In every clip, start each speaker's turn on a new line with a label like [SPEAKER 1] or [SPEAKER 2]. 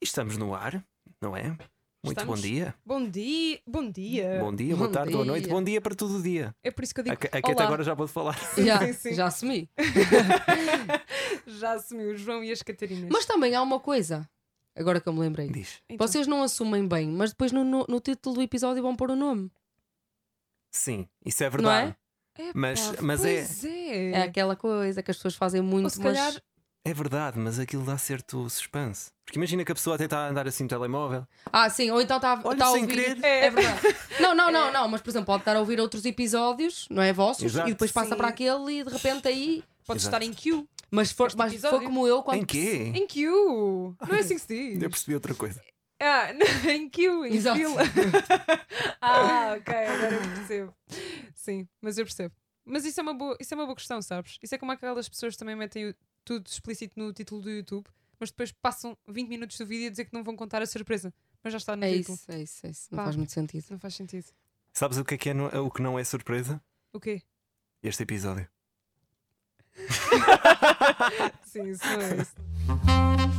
[SPEAKER 1] E estamos no ar, não é? Muito
[SPEAKER 2] Estamos.
[SPEAKER 1] bom dia.
[SPEAKER 2] Bom dia, bom dia.
[SPEAKER 1] Bom dia, boa
[SPEAKER 3] eh, Bom
[SPEAKER 1] tarde, boa noite,
[SPEAKER 3] dia.
[SPEAKER 1] bom dia para todo o dia.
[SPEAKER 2] É por isso que eu
[SPEAKER 1] A,
[SPEAKER 2] digo
[SPEAKER 1] Ca- a Kate
[SPEAKER 3] Olá.
[SPEAKER 1] agora já pode falar.
[SPEAKER 3] já,
[SPEAKER 2] sim, sim.
[SPEAKER 3] já assumi.
[SPEAKER 2] que já assumiu o João e as Catarinas.
[SPEAKER 3] Mas tá, também há uma coisa, agora que eu me lembrei.
[SPEAKER 1] Diz.
[SPEAKER 2] Então,
[SPEAKER 3] Vocês não assumem bem, mas depois no, no- no título do episódio vão pôr o nome.
[SPEAKER 1] Sim, isso é verdade.
[SPEAKER 2] Epá,
[SPEAKER 1] mas- mas é-
[SPEAKER 2] pois é.
[SPEAKER 3] É. aquela coisa que as pessoas fazem
[SPEAKER 2] Ou
[SPEAKER 3] muito,
[SPEAKER 2] se calhar,
[SPEAKER 3] mas...
[SPEAKER 1] É verdade, mas aquilo dá certo suspense. Porque imagina que a pessoa até está a andar assim no telemóvel.
[SPEAKER 3] Ah, sim, ou então está
[SPEAKER 1] Olha,
[SPEAKER 3] tá a
[SPEAKER 1] sem
[SPEAKER 3] ouvir...
[SPEAKER 1] querer.
[SPEAKER 2] É.
[SPEAKER 3] É verdade. Não, não, não, não, mas por exemplo, pode estar a ouvir outros episódios, não é? Vossos,
[SPEAKER 1] Exato.
[SPEAKER 3] e depois passa
[SPEAKER 2] Sim.
[SPEAKER 3] para aquele e de repente aí.
[SPEAKER 2] podes
[SPEAKER 1] Exato.
[SPEAKER 2] estar em queue.
[SPEAKER 3] Mas, for,
[SPEAKER 2] Este
[SPEAKER 3] mas foi
[SPEAKER 2] episódio-
[SPEAKER 3] como eu quando.
[SPEAKER 1] Em quê?
[SPEAKER 2] Em queue. Não é assim que se diz.
[SPEAKER 1] Eu percebi outra coisa.
[SPEAKER 2] Ah, não, em queue, em
[SPEAKER 3] Exato.
[SPEAKER 2] fila. ah, ok, agora eu percebo. Sim, mas eu percebo. Mas isso é uma boa, isso é uma boa questão, sabes? Isso é como aquelas pessoas que também metem o- tudo explícito no título do YouTube, mas depois passam 20 minutos do vídeo a dizer que não vão contar a surpresa, mas já está no
[SPEAKER 3] É
[SPEAKER 2] título.
[SPEAKER 3] isso, é isso, é isso. Não
[SPEAKER 2] Pá.
[SPEAKER 3] faz muito sentido.
[SPEAKER 2] Não faz sentido.
[SPEAKER 1] Sabes o que é, que é no- o que não é surpresa?
[SPEAKER 2] O quê?
[SPEAKER 1] Este episódio.
[SPEAKER 2] Sim, isso não é isso.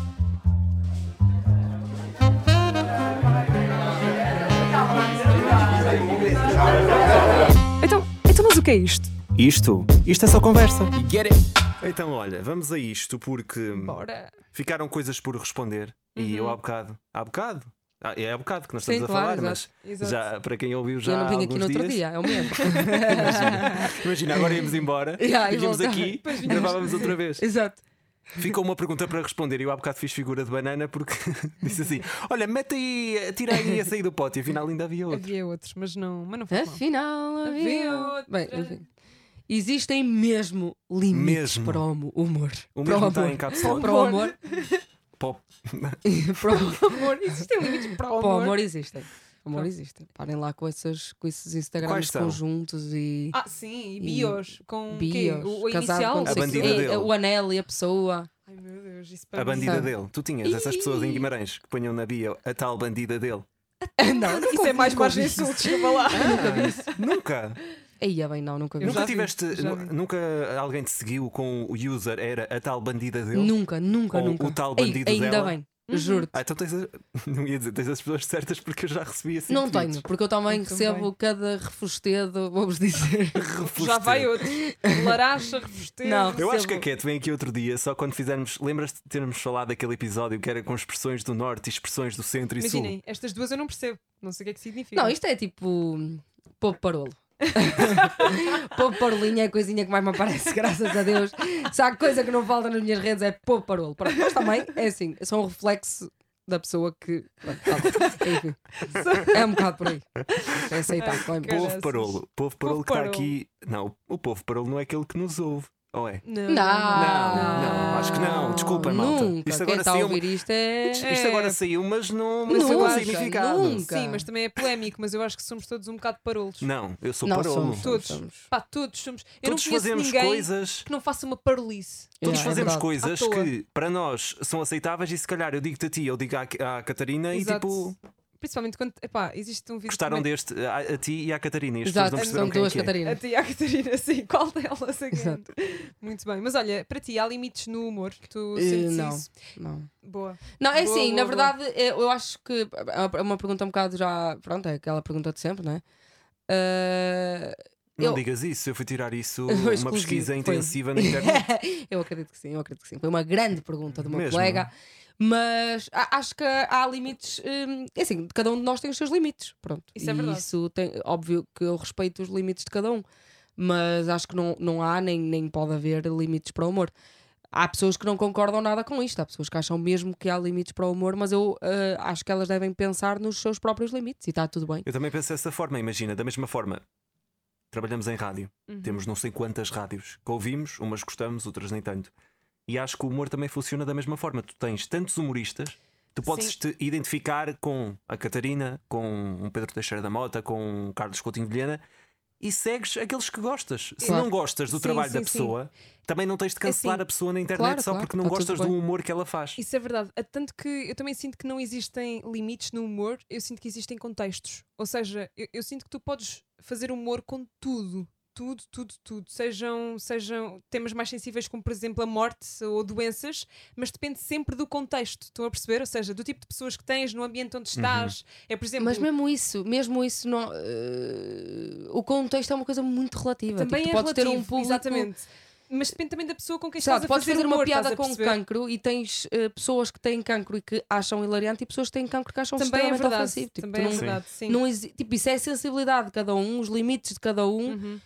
[SPEAKER 2] Então, então, mas o que é isto?
[SPEAKER 1] Isto? Isto é só conversa. Então, olha, vamos a isto porque
[SPEAKER 2] Bora.
[SPEAKER 1] ficaram coisas por responder. E eu há bocado. Há bocado? Ah, é há bocado que nós
[SPEAKER 3] Uhum. Sim,
[SPEAKER 1] estamos a
[SPEAKER 3] claro,
[SPEAKER 1] falar,
[SPEAKER 3] exato.
[SPEAKER 1] mas
[SPEAKER 2] Exato.
[SPEAKER 1] Já, para quem ouviu já
[SPEAKER 3] eu
[SPEAKER 1] há
[SPEAKER 3] não vim aqui
[SPEAKER 1] alguns
[SPEAKER 3] no outro
[SPEAKER 1] dias.
[SPEAKER 3] dia, é o mesmo.
[SPEAKER 1] Imagina, agora íamos embora,
[SPEAKER 3] Yeah, e
[SPEAKER 1] vínhamos
[SPEAKER 3] voltar.
[SPEAKER 1] aqui, gravávamos outra vez.
[SPEAKER 3] Exato.
[SPEAKER 1] Ficou uma pergunta para responder e eu há bocado fiz figura de banana porque disse assim: Olha, mete aí, tira aí a sair do pote e afinal ainda havia outro.
[SPEAKER 2] Havia outros, mas não, mas não
[SPEAKER 3] Ah,
[SPEAKER 2] foi mal.
[SPEAKER 3] Afinal,
[SPEAKER 2] Havia
[SPEAKER 3] havia.
[SPEAKER 2] outra.
[SPEAKER 3] Bem, enfim. Existem mesmo limites
[SPEAKER 1] Mesmo.
[SPEAKER 3] para o humo- humor.
[SPEAKER 1] O
[SPEAKER 3] para
[SPEAKER 1] mesmo
[SPEAKER 3] o
[SPEAKER 1] está
[SPEAKER 3] amor.
[SPEAKER 1] em cápsula.
[SPEAKER 3] Para o amor.
[SPEAKER 1] Pop.
[SPEAKER 3] para o
[SPEAKER 2] Por amor, existem limites para o
[SPEAKER 3] Pá,
[SPEAKER 2] amor.
[SPEAKER 3] amor existem. Amor
[SPEAKER 2] Pronto.
[SPEAKER 3] existem. Parem lá com, essas, com esses
[SPEAKER 1] Quais
[SPEAKER 3] Instagrams
[SPEAKER 1] são?
[SPEAKER 3] conjuntos e
[SPEAKER 2] Ah, sim, e
[SPEAKER 3] E
[SPEAKER 2] bios. Com o quê?
[SPEAKER 3] bios.
[SPEAKER 2] O, o
[SPEAKER 3] casado
[SPEAKER 2] inicial?
[SPEAKER 3] com não sei
[SPEAKER 1] A
[SPEAKER 3] quê.
[SPEAKER 1] bandida dele.
[SPEAKER 3] O anel e a pessoa.
[SPEAKER 2] Ai meu Deus, isso para
[SPEAKER 1] A
[SPEAKER 2] mim-
[SPEAKER 1] bandida
[SPEAKER 3] Sabe.
[SPEAKER 1] dele. Tu tinhas essas pessoas em Guimarães que ponham na bio a tal bandida dele.
[SPEAKER 3] não,
[SPEAKER 2] Isso é mais margem sul, desculpa
[SPEAKER 3] Ah,
[SPEAKER 2] lá.
[SPEAKER 1] Nunca!
[SPEAKER 3] Aí é bem, não, nunca vi.
[SPEAKER 2] Eu já
[SPEAKER 1] Nunca
[SPEAKER 2] vi,
[SPEAKER 1] tiveste.
[SPEAKER 2] já
[SPEAKER 1] nu-
[SPEAKER 2] vi.
[SPEAKER 1] Nunca alguém te seguiu com o user era a tal bandida dele?
[SPEAKER 3] Nunca, nunca,
[SPEAKER 1] Ou
[SPEAKER 3] nunca.
[SPEAKER 1] o tal
[SPEAKER 3] Ei,
[SPEAKER 1] bandido
[SPEAKER 3] ainda
[SPEAKER 1] dela.
[SPEAKER 3] bem,
[SPEAKER 2] Uhum.
[SPEAKER 3] juro-te.
[SPEAKER 1] Ah, então tens a... Não ia dizer, tens as pessoas certas porque eu já recebi assim.
[SPEAKER 3] Não
[SPEAKER 1] tweets.
[SPEAKER 3] tenho, porque eu também
[SPEAKER 2] Eu também.
[SPEAKER 3] recebo cada refustedo, vou-vos dizer.
[SPEAKER 2] Já
[SPEAKER 1] Refusteiro.
[SPEAKER 2] vai outro. Laracha, revesteu.
[SPEAKER 3] Não.
[SPEAKER 1] Eu acho que a
[SPEAKER 3] Percebo.
[SPEAKER 1] Cat vem aqui outro dia, só quando fizermos. Lembras-te de termos falado daquele episódio que era com expressões do norte e expressões do centro e sul?
[SPEAKER 2] Imaginem, estas duas eu não percebo. Não sei o que é que significa.
[SPEAKER 3] Não, isto é tipo pouco parolo. pouco parolinho é a coisinha que mais me aparece, graças a Deus. Se há coisa que não falta nas minhas redes é pouco parolo. Pronto, mas também é assim, são um reflexo da pessoa que. pronto, tá bom. Enfim, é um bocado por aí. É aceitável. vai embora.
[SPEAKER 1] Povo
[SPEAKER 2] Caraças.
[SPEAKER 1] parolo. Povo parolo
[SPEAKER 2] Povo
[SPEAKER 1] que está
[SPEAKER 2] parolo.
[SPEAKER 1] aqui. Não, o povo parolo não é aquele que nos ouve. Ou é?
[SPEAKER 2] Não,
[SPEAKER 3] Não,
[SPEAKER 1] não, acho que não. Desculpa, malta. Isto
[SPEAKER 3] Nunca. Isto
[SPEAKER 1] agora
[SPEAKER 3] Quem está a
[SPEAKER 1] saiu-
[SPEAKER 3] ouvir isto é.
[SPEAKER 1] Isto,
[SPEAKER 2] É.
[SPEAKER 1] isto agora saiu, mas não, não
[SPEAKER 3] Nunca,
[SPEAKER 1] sei qual o
[SPEAKER 3] nunca.
[SPEAKER 1] significado.
[SPEAKER 3] Nunca.
[SPEAKER 2] Sim, mas também é polémico, mas eu acho que somos todos um bocado parolos.
[SPEAKER 1] Não, eu sou
[SPEAKER 3] Não,
[SPEAKER 1] é um parolo.
[SPEAKER 3] somos.
[SPEAKER 2] Todos.
[SPEAKER 3] somos.
[SPEAKER 2] Pá, todos somos. Eu
[SPEAKER 1] Todos
[SPEAKER 2] não conheço
[SPEAKER 1] fazemos
[SPEAKER 2] ninguém
[SPEAKER 1] coisas.
[SPEAKER 2] que não faça uma parolice.
[SPEAKER 1] Todos
[SPEAKER 3] Yeah, é
[SPEAKER 1] fazemos
[SPEAKER 3] verdade.
[SPEAKER 1] coisas
[SPEAKER 2] À toa.
[SPEAKER 1] que para nós são aceitáveis e se calhar eu digo-te a ti, eu digo à, à Catarina
[SPEAKER 2] Exato.
[SPEAKER 1] e tipo,
[SPEAKER 2] Principalmente quando. Epá, existe um vídeo.
[SPEAKER 1] gostaram
[SPEAKER 2] também-
[SPEAKER 1] deste a, a ti e à Catarina. E as pessoas
[SPEAKER 3] Exato,
[SPEAKER 1] não
[SPEAKER 3] são
[SPEAKER 1] perceberam
[SPEAKER 3] duas
[SPEAKER 1] quem é que é.
[SPEAKER 2] A
[SPEAKER 3] Catarinas.
[SPEAKER 2] ti, a Catarina, sim, qual delas é que é?
[SPEAKER 3] Exato.
[SPEAKER 2] Muito bem, mas olha, para ti há limites no humor? Tu
[SPEAKER 3] Eh,
[SPEAKER 2] sentes
[SPEAKER 3] não.
[SPEAKER 2] isso?
[SPEAKER 3] Não.
[SPEAKER 2] Boa.
[SPEAKER 3] Não, é
[SPEAKER 2] Boa,
[SPEAKER 3] assim,
[SPEAKER 2] boa,
[SPEAKER 3] na verdade, é- eu acho que é uma- é uma pergunta um bocado já. Pronto, é aquela pergunta de sempre, não é? Ah,
[SPEAKER 1] Não
[SPEAKER 3] Eu-
[SPEAKER 1] digas isso, eu fui tirar isso
[SPEAKER 3] Foi
[SPEAKER 1] uma
[SPEAKER 3] exclusivo,
[SPEAKER 1] pesquisa
[SPEAKER 3] foi.
[SPEAKER 1] intensiva na internet.
[SPEAKER 3] eu acredito que sim, eu acredito que sim. Foi uma grande pergunta do meu
[SPEAKER 1] Mesmo?
[SPEAKER 3] colega, mas a- acho que há limites. hum, é assim, cada um de nós tem os seus limites, pronto.
[SPEAKER 2] Isso é
[SPEAKER 3] E
[SPEAKER 2] verdade.
[SPEAKER 3] isso tem, óbvio que eu respeito os limites de cada um, mas acho que não, não há nem, nem pode haver limites para o humor. Há pessoas que não concordam nada com isto, há pessoas que acham mesmo que há limites para o humor, mas eu ah, acho que elas devem pensar nos seus próprios limites e está tudo bem.
[SPEAKER 1] Eu também penso dessa forma, imagina, da mesma forma. Trabalhamos em rádio,
[SPEAKER 2] Uhum.
[SPEAKER 1] temos não sei quantas rádios que ouvimos, umas gostamos, outras nem tanto. E acho que o humor também funciona da mesma forma. Tu tens tantos humoristas, tu podes te identificar com a Catarina, com o Pedro Teixeira da Mota, com o Carlos Coutinho de Vilhena e segues aqueles que gostas. Se
[SPEAKER 3] Claro.
[SPEAKER 1] não gostas do
[SPEAKER 2] Sim,
[SPEAKER 1] trabalho da
[SPEAKER 2] sim, sim.
[SPEAKER 1] pessoa, também não tens de cancelar
[SPEAKER 2] assim,
[SPEAKER 1] a pessoa na internet
[SPEAKER 3] claro,
[SPEAKER 1] só
[SPEAKER 3] claro,
[SPEAKER 1] porque não
[SPEAKER 3] tá tudo
[SPEAKER 1] gostas do
[SPEAKER 3] bem.
[SPEAKER 1] humor que ela faz.
[SPEAKER 2] Isso é verdade. Ah, Tanto que eu também sinto que não existem limites no humor, eu sinto que existem contextos. Ou seja, eu, eu sinto que tu podes fazer humor com tudo. tudo, tudo, tudo. Sejam, sejam temas mais sensíveis, como por exemplo a morte ou doenças, mas depende sempre do contexto. Estão a perceber? Ou seja, do tipo de pessoas que tens, no ambiente onde estás. É, por exemplo,
[SPEAKER 3] Mas mesmo isso, mesmo isso, não, eh, o contexto é uma coisa muito relativa.
[SPEAKER 2] também
[SPEAKER 3] tipo,
[SPEAKER 2] é
[SPEAKER 3] tu podes ter um
[SPEAKER 2] relativo,
[SPEAKER 3] público.
[SPEAKER 2] Exatamente. Mas depende também da pessoa com quem
[SPEAKER 3] Sei lá,
[SPEAKER 2] estás a
[SPEAKER 3] tu podes fazer, uma
[SPEAKER 2] humor,
[SPEAKER 3] piada
[SPEAKER 2] estás a
[SPEAKER 3] com um
[SPEAKER 2] perceber?
[SPEAKER 3] cancro e tens eh, pessoas que têm cancro e que acham hilariante e pessoas que têm cancro que acham
[SPEAKER 2] Também é
[SPEAKER 3] um extremamente
[SPEAKER 2] verdade.
[SPEAKER 3] ofensivo. Tipo,
[SPEAKER 2] também
[SPEAKER 3] tu
[SPEAKER 2] é
[SPEAKER 3] não-
[SPEAKER 2] verdade, sim.
[SPEAKER 3] não exi- tipo, isso é a sensibilidade de cada um, os limites de cada um.
[SPEAKER 2] Uhum.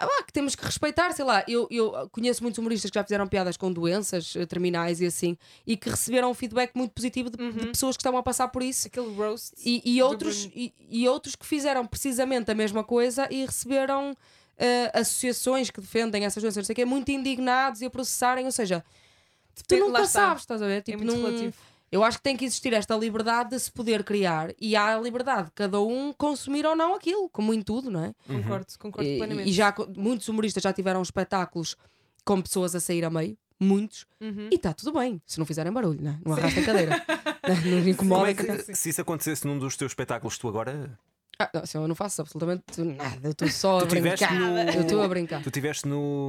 [SPEAKER 3] Ah, pá, que temos que respeitar, sei lá. Eu, eu conheço muitos humoristas que já fizeram piadas com doenças eh, terminais e assim, e que receberam um feedback muito positivo de, de
[SPEAKER 2] Uhum.
[SPEAKER 3] pessoas que estavam a passar por isso.
[SPEAKER 2] Aquele roast. é
[SPEAKER 3] E, e outros,
[SPEAKER 2] Bruno.
[SPEAKER 3] e, e outros que fizeram precisamente a mesma coisa e receberam eh, associações que defendem essas doenças, não sei o quê, muito indignados e a processarem. Ou seja, tipo, tu
[SPEAKER 2] Depende- lá
[SPEAKER 3] nunca
[SPEAKER 2] está.
[SPEAKER 3] sabes, estás a ver?
[SPEAKER 2] é
[SPEAKER 3] Tipo,
[SPEAKER 2] muito
[SPEAKER 3] não-
[SPEAKER 2] relativo.
[SPEAKER 3] eu acho que tem que existir esta liberdade de se poder criar e há a liberdade de cada um consumir ou não aquilo, como em tudo, não é?
[SPEAKER 2] Concordo, concordo
[SPEAKER 3] E,
[SPEAKER 2] plenamente.
[SPEAKER 3] e já co- muitos humoristas já tiveram espetáculos com pessoas a sair a meio, muitos,
[SPEAKER 2] Uhum.
[SPEAKER 3] e está tudo bem, se não fizerem barulho, não, é? não arrastem cadeira, não tá-
[SPEAKER 1] Como é
[SPEAKER 3] incomodem.
[SPEAKER 1] que, se isso acontecesse num dos teus espetáculos, tu agora.
[SPEAKER 3] Ah, não, senhor, eu não faço absolutamente nada, eu estou só a
[SPEAKER 1] Tu tiveste
[SPEAKER 3] brincar.
[SPEAKER 1] no-
[SPEAKER 3] Eu estou a brincar.
[SPEAKER 1] Tu estiveste no.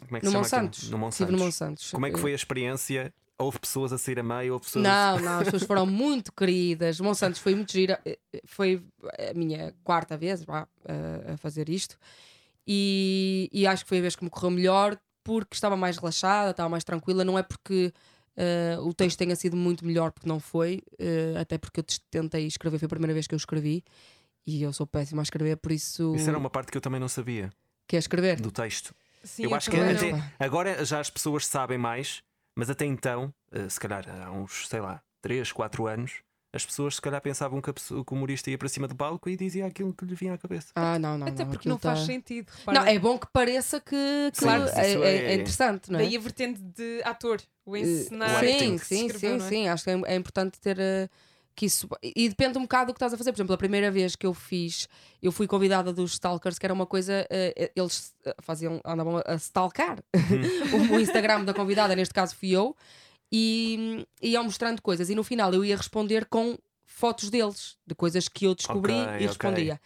[SPEAKER 1] Como é que
[SPEAKER 3] Ah. No
[SPEAKER 1] se chama?
[SPEAKER 3] Monsantos.
[SPEAKER 1] aquilo? No Monsantos.
[SPEAKER 3] Estive no Monsantos.
[SPEAKER 1] Como é que foi a experiência? Houve pessoas a sair a meio, houve pessoas.
[SPEAKER 3] Não, não, as pessoas foram muito queridas. Monsantos foi muito gira. Eh, eh, Foi a minha quarta vez vá, eh, a- a fazer isto. E, e acho que foi a vez que me correu melhor porque estava mais relaxada, estava mais tranquila. Não é porque eh, o texto tenha sido muito melhor, porque não foi. eh, até porque eu tes- tentei escrever, foi a primeira vez que eu escrevi. E eu sou péssima a escrever, por isso.
[SPEAKER 1] Isso era uma parte que eu também não sabia
[SPEAKER 3] Quer escrever?
[SPEAKER 1] do texto.
[SPEAKER 2] Sim,
[SPEAKER 1] eu acho que
[SPEAKER 2] também
[SPEAKER 3] também
[SPEAKER 1] até,
[SPEAKER 3] não.
[SPEAKER 1] agora já as pessoas sabem mais, mas até então, eh, se calhar há uns, sei lá, 3, 4 anos, as pessoas se calhar pensavam que, a pessoa- que o humorista ia para cima do palco e dizia aquilo que lhe vinha à cabeça.
[SPEAKER 3] Ah, não, não.
[SPEAKER 2] Até
[SPEAKER 3] não,
[SPEAKER 2] porque
[SPEAKER 3] aquilo
[SPEAKER 2] não faz
[SPEAKER 3] tá-
[SPEAKER 2] sentido, repara.
[SPEAKER 3] Não, é bom que pareça que, que
[SPEAKER 1] Claro,
[SPEAKER 3] é,
[SPEAKER 1] isso
[SPEAKER 3] é-
[SPEAKER 1] é-
[SPEAKER 3] é interessante, não é? Eh,
[SPEAKER 2] Daí a vertente de ator, o encenar.
[SPEAKER 1] o
[SPEAKER 3] sim,
[SPEAKER 1] acting que se
[SPEAKER 3] sim,
[SPEAKER 2] escreveu,
[SPEAKER 3] sim,
[SPEAKER 2] não é?
[SPEAKER 3] sim. Acho que é, é importante ter eh, que isso. E e depende um bocado do que estás a fazer. Por exemplo, a primeira vez que eu fiz, eu fui convidada dos Stalkers, que era uma coisa. eh, eles eh, faziam, andavam a stalkar o, o Instagram da convidada, neste caso fui eu, e e iam mostrando coisas. E no final eu ia responder com fotos deles, de coisas que eu descobri
[SPEAKER 1] Ok, ok.
[SPEAKER 3] e respondia.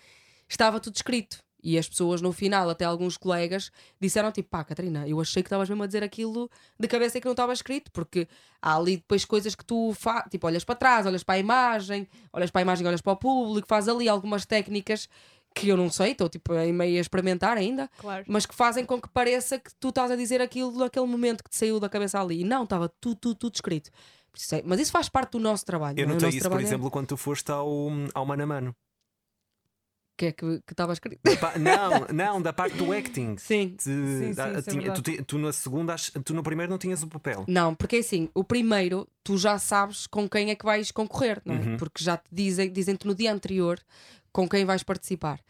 [SPEAKER 3] Estava tudo escrito. E as pessoas no final, até alguns colegas, disseram tipo, pá, Catarina, eu achei que estavas mesmo a dizer aquilo de cabeça que não estava escrito, porque há ali depois coisas que tu fa... tipo, olhas para trás, olhas para a imagem, olhas para a imagem, olhas para o público, faz ali algumas técnicas que eu não sei, estou tipo em meio a experimentar ainda,
[SPEAKER 2] Claro.
[SPEAKER 3] mas que fazem com que pareça que tu estás a dizer aquilo naquele momento que te saiu da cabeça ali. E não, estava tudo, tudo, tudo escrito. Por isso é- Mas isso faz parte do nosso trabalho.
[SPEAKER 1] Eu
[SPEAKER 3] não é? O
[SPEAKER 1] notei
[SPEAKER 3] nosso
[SPEAKER 1] isso, por
[SPEAKER 3] trabalho é-
[SPEAKER 1] exemplo, quando tu foste ao, ao Mano a Mano.
[SPEAKER 3] Que é que que estava escrito?
[SPEAKER 1] Pa- Não, não, da parte do acting.
[SPEAKER 3] Sim.
[SPEAKER 1] Te-
[SPEAKER 2] Sim, sim,
[SPEAKER 1] ah,
[SPEAKER 2] isso é
[SPEAKER 1] tinha-
[SPEAKER 2] verdade.
[SPEAKER 1] tu, ti- tu na segunda, ach- tu no primeiro não tinhas o papel.
[SPEAKER 3] Não, porque é assim, o primeiro tu já sabes com quem é que vais concorrer, não é?
[SPEAKER 1] Uhum.
[SPEAKER 3] Porque já te dizem, dizem-te no dia anterior com quem vais participar.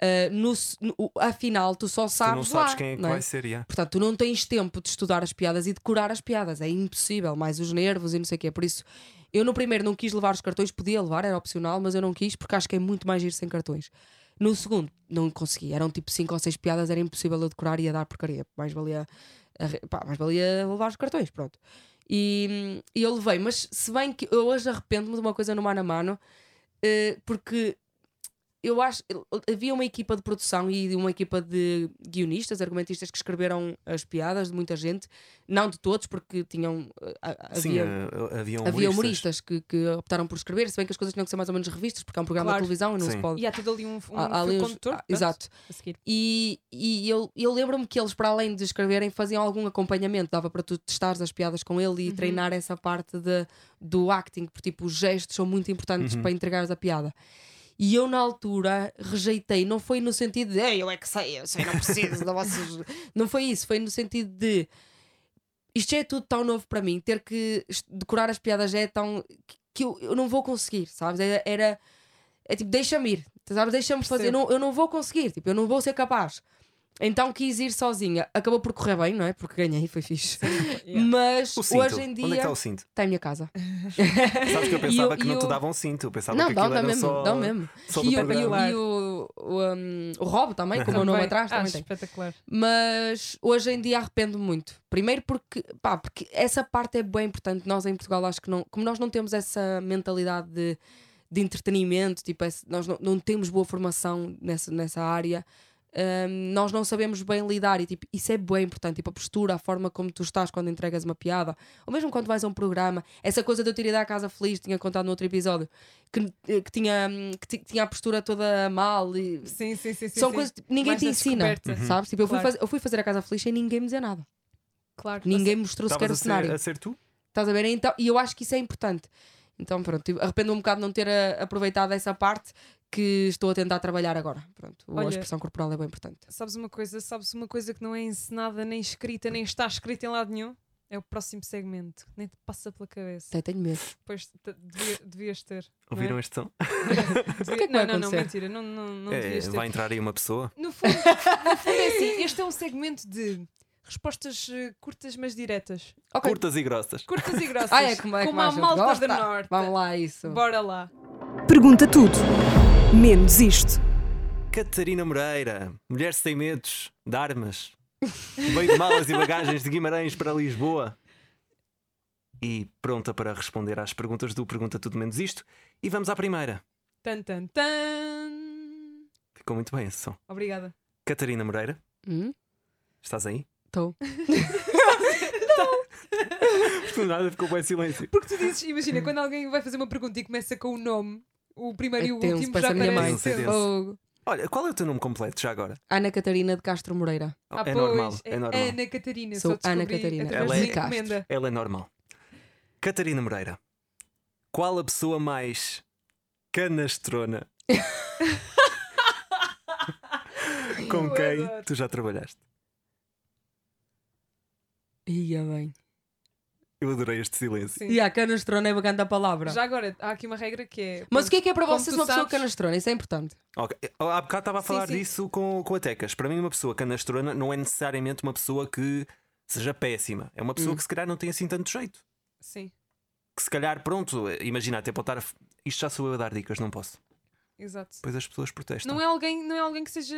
[SPEAKER 3] Ah, no, se- no, o- afinal, tu só
[SPEAKER 1] Tu
[SPEAKER 3] sabes.
[SPEAKER 1] não sabes
[SPEAKER 3] lá,
[SPEAKER 1] quem é que
[SPEAKER 3] não
[SPEAKER 1] vai ser. yeah.
[SPEAKER 3] Portanto, tu não tens tempo de estudar as piadas e decorar as piadas, é impossível, mais os nervos e não sei o quê. Por isso, eu no primeiro não quis levar os cartões, podia levar, era opcional, mas eu não quis porque acho que é muito mais ir sem cartões. No segundo, não consegui, eram tipo cinco ou seis piadas, era impossível eu decorar e ia dar porcaria, mais valia, arre- pá, mais valia levar os cartões, pronto. E, e eu levei, mas se bem que eu hoje arrependo-me de uma coisa no mano a mano, eh, porque eu acho havia uma equipa de produção e uma equipa de guionistas, argumentistas que escreveram as piadas de muita gente, não de todos, porque tinham eh, a-
[SPEAKER 1] Sim,
[SPEAKER 3] havia,
[SPEAKER 1] ah, havia humoristas.
[SPEAKER 3] havia humoristas que, que optaram por escrever, se bem que as coisas tinham que ser mais ou menos revistas, porque é um programa
[SPEAKER 2] Claro.
[SPEAKER 3] de televisão e não
[SPEAKER 1] Sim.
[SPEAKER 3] se pode.
[SPEAKER 2] E há tudo ali um, um
[SPEAKER 3] há- há ali
[SPEAKER 2] fio
[SPEAKER 3] uns-
[SPEAKER 2] condutor.
[SPEAKER 3] ah,
[SPEAKER 2] pronto,
[SPEAKER 3] exato.
[SPEAKER 2] A seguir.
[SPEAKER 3] E, e eu, eu lembro-me que eles, para além de escreverem, faziam algum acompanhamento, dava para tu testares as piadas com ele e treinar essa parte de, do acting, porque tipo, os gestos são muito importantes
[SPEAKER 1] Uhum.
[SPEAKER 3] para entregares a piada. E eu, na altura, rejeitei, não foi no sentido de "Ei, eu é que sei, eu sei, não preciso de vocês. Não foi isso, foi no sentido de isto já é tudo tão novo para mim, ter que es- decorar as piadas já é tão. que- que eu, eu não vou conseguir, sabes? Era. era- é tipo, deixa-me ir, sabes? Deixa-me fazer, eu
[SPEAKER 2] Percebo.
[SPEAKER 3] não, eu não vou conseguir, tipo, eu não vou ser capaz. Então quis ir sozinha, acabou por correr bem, não é? Porque ganhei, foi fixe.
[SPEAKER 2] Yeah.
[SPEAKER 3] Mas
[SPEAKER 1] é. O cinto.
[SPEAKER 3] hoje em
[SPEAKER 1] Onde é que
[SPEAKER 3] dia.
[SPEAKER 1] está o cinto?
[SPEAKER 3] Está em minha casa.
[SPEAKER 1] Sabes que eu
[SPEAKER 3] E
[SPEAKER 1] pensava
[SPEAKER 3] eu-
[SPEAKER 1] que
[SPEAKER 3] e
[SPEAKER 1] não te
[SPEAKER 3] eu-
[SPEAKER 1] davam cinto, eu pensava
[SPEAKER 3] Não,
[SPEAKER 1] que
[SPEAKER 3] dá,
[SPEAKER 1] aquilo
[SPEAKER 3] dá
[SPEAKER 1] era
[SPEAKER 3] mesmo,
[SPEAKER 1] só,
[SPEAKER 3] dá mesmo.
[SPEAKER 1] só do
[SPEAKER 3] E, o, e, o,
[SPEAKER 1] programa.
[SPEAKER 3] e o, o, um, o Rob também, como o nome
[SPEAKER 2] Também.
[SPEAKER 3] atrás, também
[SPEAKER 2] Acho
[SPEAKER 3] tem.
[SPEAKER 2] espetacular.
[SPEAKER 3] Mas hoje em dia arrependo muito. Primeiro porque, pá, porque essa parte é bem importante. Nós em Portugal acho que não, como nós não temos essa mentalidade de, de entretenimento, tipo, esse- nós não, não temos boa formação nessa, nessa área. eh, hum, nós não sabemos bem lidar e tipo, isso é bem importante, tipo a postura, a forma como tu estás quando entregas uma piada, ou mesmo quando vais a um programa, essa coisa de eu ter ido à casa feliz, tinha contado no outro episódio, que, que tinha, hum, que ti- que tinha a postura toda mal e
[SPEAKER 2] Sim, sim, sim. sim
[SPEAKER 3] são
[SPEAKER 2] sim.
[SPEAKER 3] coisas que ninguém
[SPEAKER 2] Mais
[SPEAKER 3] te
[SPEAKER 2] na
[SPEAKER 3] ensina,
[SPEAKER 2] descoberta.
[SPEAKER 1] Uhum.
[SPEAKER 3] sabes? Tipo, eu, fui
[SPEAKER 2] Claro.
[SPEAKER 3] faz- eu fui fazer a casa feliz sem ninguém me dizer nada,
[SPEAKER 2] Claro.
[SPEAKER 3] ninguém me mostrou sequer
[SPEAKER 1] é, Estavas
[SPEAKER 3] o
[SPEAKER 1] a ser,
[SPEAKER 3] cenário.
[SPEAKER 1] a ser tu?
[SPEAKER 3] Estás a ver? Então, e eu acho que isso é importante. Então, pronto, tipo, arrependo um bocado de não ter ah, aproveitado essa parte que estou a tentar trabalhar agora. Pronto, o-
[SPEAKER 2] Olha-
[SPEAKER 3] a expressão corporal é bem importante.
[SPEAKER 2] Sabes uma coisa? Sabes uma coisa que não é ensinada, nem escrita, nem está escrita em lado nenhum? É o próximo segmento. Nem te passa pela cabeça.
[SPEAKER 3] Até tenho medo.
[SPEAKER 2] Depois te- devia- devias ter. não é?
[SPEAKER 1] Ouviram este som?
[SPEAKER 2] Devia-
[SPEAKER 3] que é que
[SPEAKER 2] não,
[SPEAKER 3] vai
[SPEAKER 2] não, não,
[SPEAKER 3] acontecer?
[SPEAKER 2] mentira. Não, não, não
[SPEAKER 1] É,
[SPEAKER 2] devias ter.
[SPEAKER 1] vai entrar aí uma pessoa?
[SPEAKER 2] No fundo, no fundo é assim. Este é um segmento de respostas eh, curtas, mas diretas.
[SPEAKER 3] Ok.
[SPEAKER 1] Curtas e grossas.
[SPEAKER 2] Curtas e grossas.
[SPEAKER 3] Ah, é como é que
[SPEAKER 2] como a
[SPEAKER 3] mais gente
[SPEAKER 2] malta
[SPEAKER 3] gosta.
[SPEAKER 2] da Norte.
[SPEAKER 3] Vamos lá, a isso.
[SPEAKER 2] Bora lá.
[SPEAKER 4] Pergunta tudo, menos isto.
[SPEAKER 1] Catarina Moreira, mulher sem medos, de armas, veio de malas e bagagens de Guimarães para Lisboa e pronta para responder às perguntas do Pergunta Tudo Menos Isto. E vamos à primeira.
[SPEAKER 2] Tan, tan, tan.
[SPEAKER 1] Ficou muito bem esse som.
[SPEAKER 2] Obrigada.
[SPEAKER 1] Catarina Moreira,
[SPEAKER 3] Hum?
[SPEAKER 1] estás aí?
[SPEAKER 3] Estou.
[SPEAKER 1] Do nada ficou bem silêncio.
[SPEAKER 2] Porque tu dizes,
[SPEAKER 3] Hum.
[SPEAKER 2] imagina, quando alguém vai fazer uma pergunta e começa com o nome, o primeiro
[SPEAKER 3] É
[SPEAKER 2] e o
[SPEAKER 3] tenso,
[SPEAKER 2] último
[SPEAKER 3] parece
[SPEAKER 2] já
[SPEAKER 3] a minha
[SPEAKER 2] parece
[SPEAKER 1] mãe.
[SPEAKER 2] ser.
[SPEAKER 1] Tenso.
[SPEAKER 3] Fogo.
[SPEAKER 1] Olha, qual é o teu nome completo já agora?
[SPEAKER 3] Ana Catarina de Castro Moreira.
[SPEAKER 2] Ah,
[SPEAKER 1] é
[SPEAKER 2] pois,
[SPEAKER 1] normal, é normal.
[SPEAKER 2] Ana Catarina,
[SPEAKER 3] Sou
[SPEAKER 2] só
[SPEAKER 3] Ana
[SPEAKER 2] descobri
[SPEAKER 3] Catarina.
[SPEAKER 2] através
[SPEAKER 1] Ela
[SPEAKER 2] de
[SPEAKER 1] é
[SPEAKER 3] Castro.
[SPEAKER 2] encomenda.
[SPEAKER 1] Ela é normal. Catarina Moreira, qual a pessoa mais canastrona com
[SPEAKER 2] Eu
[SPEAKER 1] quem
[SPEAKER 2] adoro.
[SPEAKER 1] tu já trabalhaste?
[SPEAKER 3] Ia bem.
[SPEAKER 1] Eu adorei este silêncio.
[SPEAKER 2] Sim.
[SPEAKER 3] E a canastrona é bacana a palavra.
[SPEAKER 2] Já agora, há aqui uma regra que é.
[SPEAKER 3] Mas o que é que é para
[SPEAKER 2] Como
[SPEAKER 3] vocês
[SPEAKER 2] tu
[SPEAKER 3] uma pessoa
[SPEAKER 2] sabes-
[SPEAKER 3] canastrona? Isso é importante.
[SPEAKER 1] Ok, Há bocado estava a
[SPEAKER 2] Sim,
[SPEAKER 1] falar
[SPEAKER 2] sim.
[SPEAKER 1] disso com, com a Tecas. Para mim, uma pessoa canastrona não é necessariamente uma pessoa que seja péssima. É uma pessoa
[SPEAKER 3] Hum.
[SPEAKER 1] que se calhar não tem assim tanto jeito.
[SPEAKER 2] Sim,
[SPEAKER 1] Que se calhar, pronto, imagina, até pode estar. a f- Isto já sou eu a dar dicas, não posso.
[SPEAKER 2] exato.
[SPEAKER 1] Depois as pessoas protestam.
[SPEAKER 2] Não é, alguém, não é alguém que seja.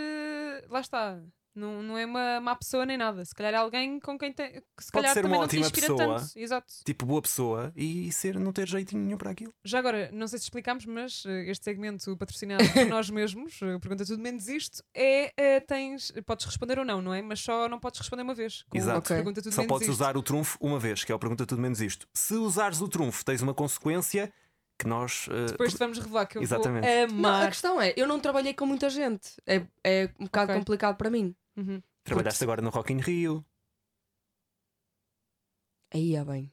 [SPEAKER 2] Lá está. Não, não é uma má pessoa nem nada. Se calhar é alguém com quem tem. Que se
[SPEAKER 1] Pode
[SPEAKER 2] calhar
[SPEAKER 1] ser uma
[SPEAKER 2] também não te
[SPEAKER 1] ótima
[SPEAKER 2] inspira
[SPEAKER 1] pessoa.
[SPEAKER 2] tanto. Exato.
[SPEAKER 1] Tipo, boa pessoa e ser não ter jeitinho nenhum para aquilo.
[SPEAKER 2] Já agora, não sei se explicámos, mas eh, este segmento patrocinado por nós mesmos, eh, pergunta tudo menos isto, é eh, tens, podes responder ou não, não é? Mas só não podes responder uma vez. Com
[SPEAKER 1] Exato.
[SPEAKER 3] Ok.
[SPEAKER 2] Pergunta tudo
[SPEAKER 1] Só
[SPEAKER 2] menos
[SPEAKER 1] podes
[SPEAKER 2] isto.
[SPEAKER 1] usar o trunfo uma vez, que é o pergunta tudo menos isto. Se usares o trunfo, tens uma consequência que nós. eh,
[SPEAKER 2] Depois te vamos revelar que eu
[SPEAKER 1] Exatamente.
[SPEAKER 2] vou
[SPEAKER 3] Não, a
[SPEAKER 2] amar.
[SPEAKER 3] questão é, eu não trabalhei com muita gente. É, é um bocado
[SPEAKER 2] Ok.
[SPEAKER 3] complicado para mim.
[SPEAKER 2] Uhum.
[SPEAKER 1] trabalhaste
[SPEAKER 3] porque-
[SPEAKER 1] agora no Rock in Rio.
[SPEAKER 3] Aí é bem.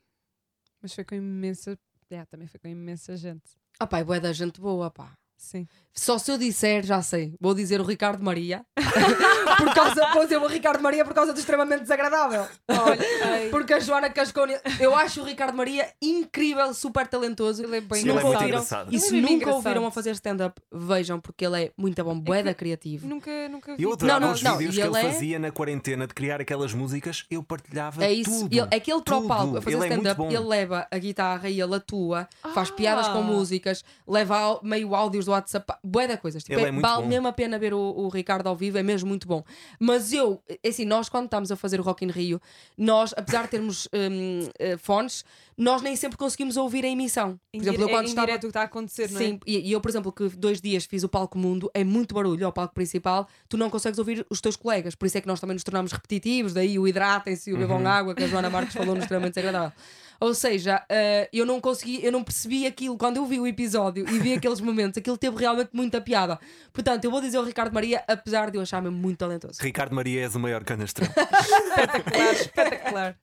[SPEAKER 2] Mas foi com imensa. Yeah, também foi com imensa gente.
[SPEAKER 3] Ah pá, é bué da gente boa, pá.
[SPEAKER 2] Sim.
[SPEAKER 3] Só se eu disser, já sei, vou dizer o Ricardo Maria. por causa, vou dizer o Ricardo Maria por causa do extremamente desagradável.
[SPEAKER 2] Olha,
[SPEAKER 3] Porque a Joana Cascone, eu acho o Ricardo Maria incrível, super talentoso.
[SPEAKER 2] ele é bem
[SPEAKER 3] Se não
[SPEAKER 1] Ele é muito
[SPEAKER 3] ouviram-
[SPEAKER 1] engraçado.
[SPEAKER 3] E
[SPEAKER 2] Ele é
[SPEAKER 3] se
[SPEAKER 2] bem
[SPEAKER 3] nunca
[SPEAKER 2] engraçado.
[SPEAKER 3] ouviram a fazer stand-up, vejam, porque ele é muito bom, boeda criativo.
[SPEAKER 2] Nunca, nunca vi.
[SPEAKER 1] Eu adorava
[SPEAKER 3] Não, não,
[SPEAKER 1] os
[SPEAKER 3] não,
[SPEAKER 1] vídeos
[SPEAKER 3] e
[SPEAKER 1] que
[SPEAKER 3] ele
[SPEAKER 1] ele
[SPEAKER 3] é-
[SPEAKER 1] fazia na quarentena de criar aquelas músicas, eu partilhava
[SPEAKER 3] É isso,
[SPEAKER 1] tudo.
[SPEAKER 3] ele, é que ele para o
[SPEAKER 1] tudo.
[SPEAKER 3] palco a fazer
[SPEAKER 1] Ele é muito
[SPEAKER 3] stand-up,
[SPEAKER 1] bom.
[SPEAKER 3] ele leva a guitarra e ele atua, faz
[SPEAKER 2] Ah!
[SPEAKER 3] piadas com músicas, leva ao- meio áudios do WhatsApp, boeda coisas. Tipo,
[SPEAKER 1] Ele
[SPEAKER 3] é-
[SPEAKER 1] é muito
[SPEAKER 3] vale
[SPEAKER 1] bom.
[SPEAKER 3] mesmo a pena ver o, o Ricardo ao vivo, é mesmo muito bom. Mas eu, é assim, nós quando estamos a fazer o Rock in Rio, nós, apesar de termos hum, eh, fones, nós nem sempre conseguimos ouvir a emissão. Por
[SPEAKER 2] Em
[SPEAKER 3] exemplo, eu
[SPEAKER 2] dire-
[SPEAKER 3] quando
[SPEAKER 2] em
[SPEAKER 3] estava
[SPEAKER 2] direto o que está a acontecer, não é?
[SPEAKER 3] é Sim, e, e eu, por exemplo, que dois dias fiz o palco mundo, é muito barulho ao palco principal, tu não consegues ouvir os teus colegas, por isso é que nós também nos tornamos repetitivos, daí o hidratem-se e o
[SPEAKER 2] Uhum.
[SPEAKER 3] bebam água, que a Joana Marques falou no extremamente desagradável. Ou seja, eh, eu não consegui, eu não percebi aquilo quando eu vi o episódio e vi aqueles momentos, aquilo teve realmente muita piada. Portanto, eu vou dizer ao Ricardo Maria, apesar de eu achar-me muito talentoso.
[SPEAKER 1] Ricardo Maria és o maior canastrão.
[SPEAKER 2] Espetacular, Tá espetacular.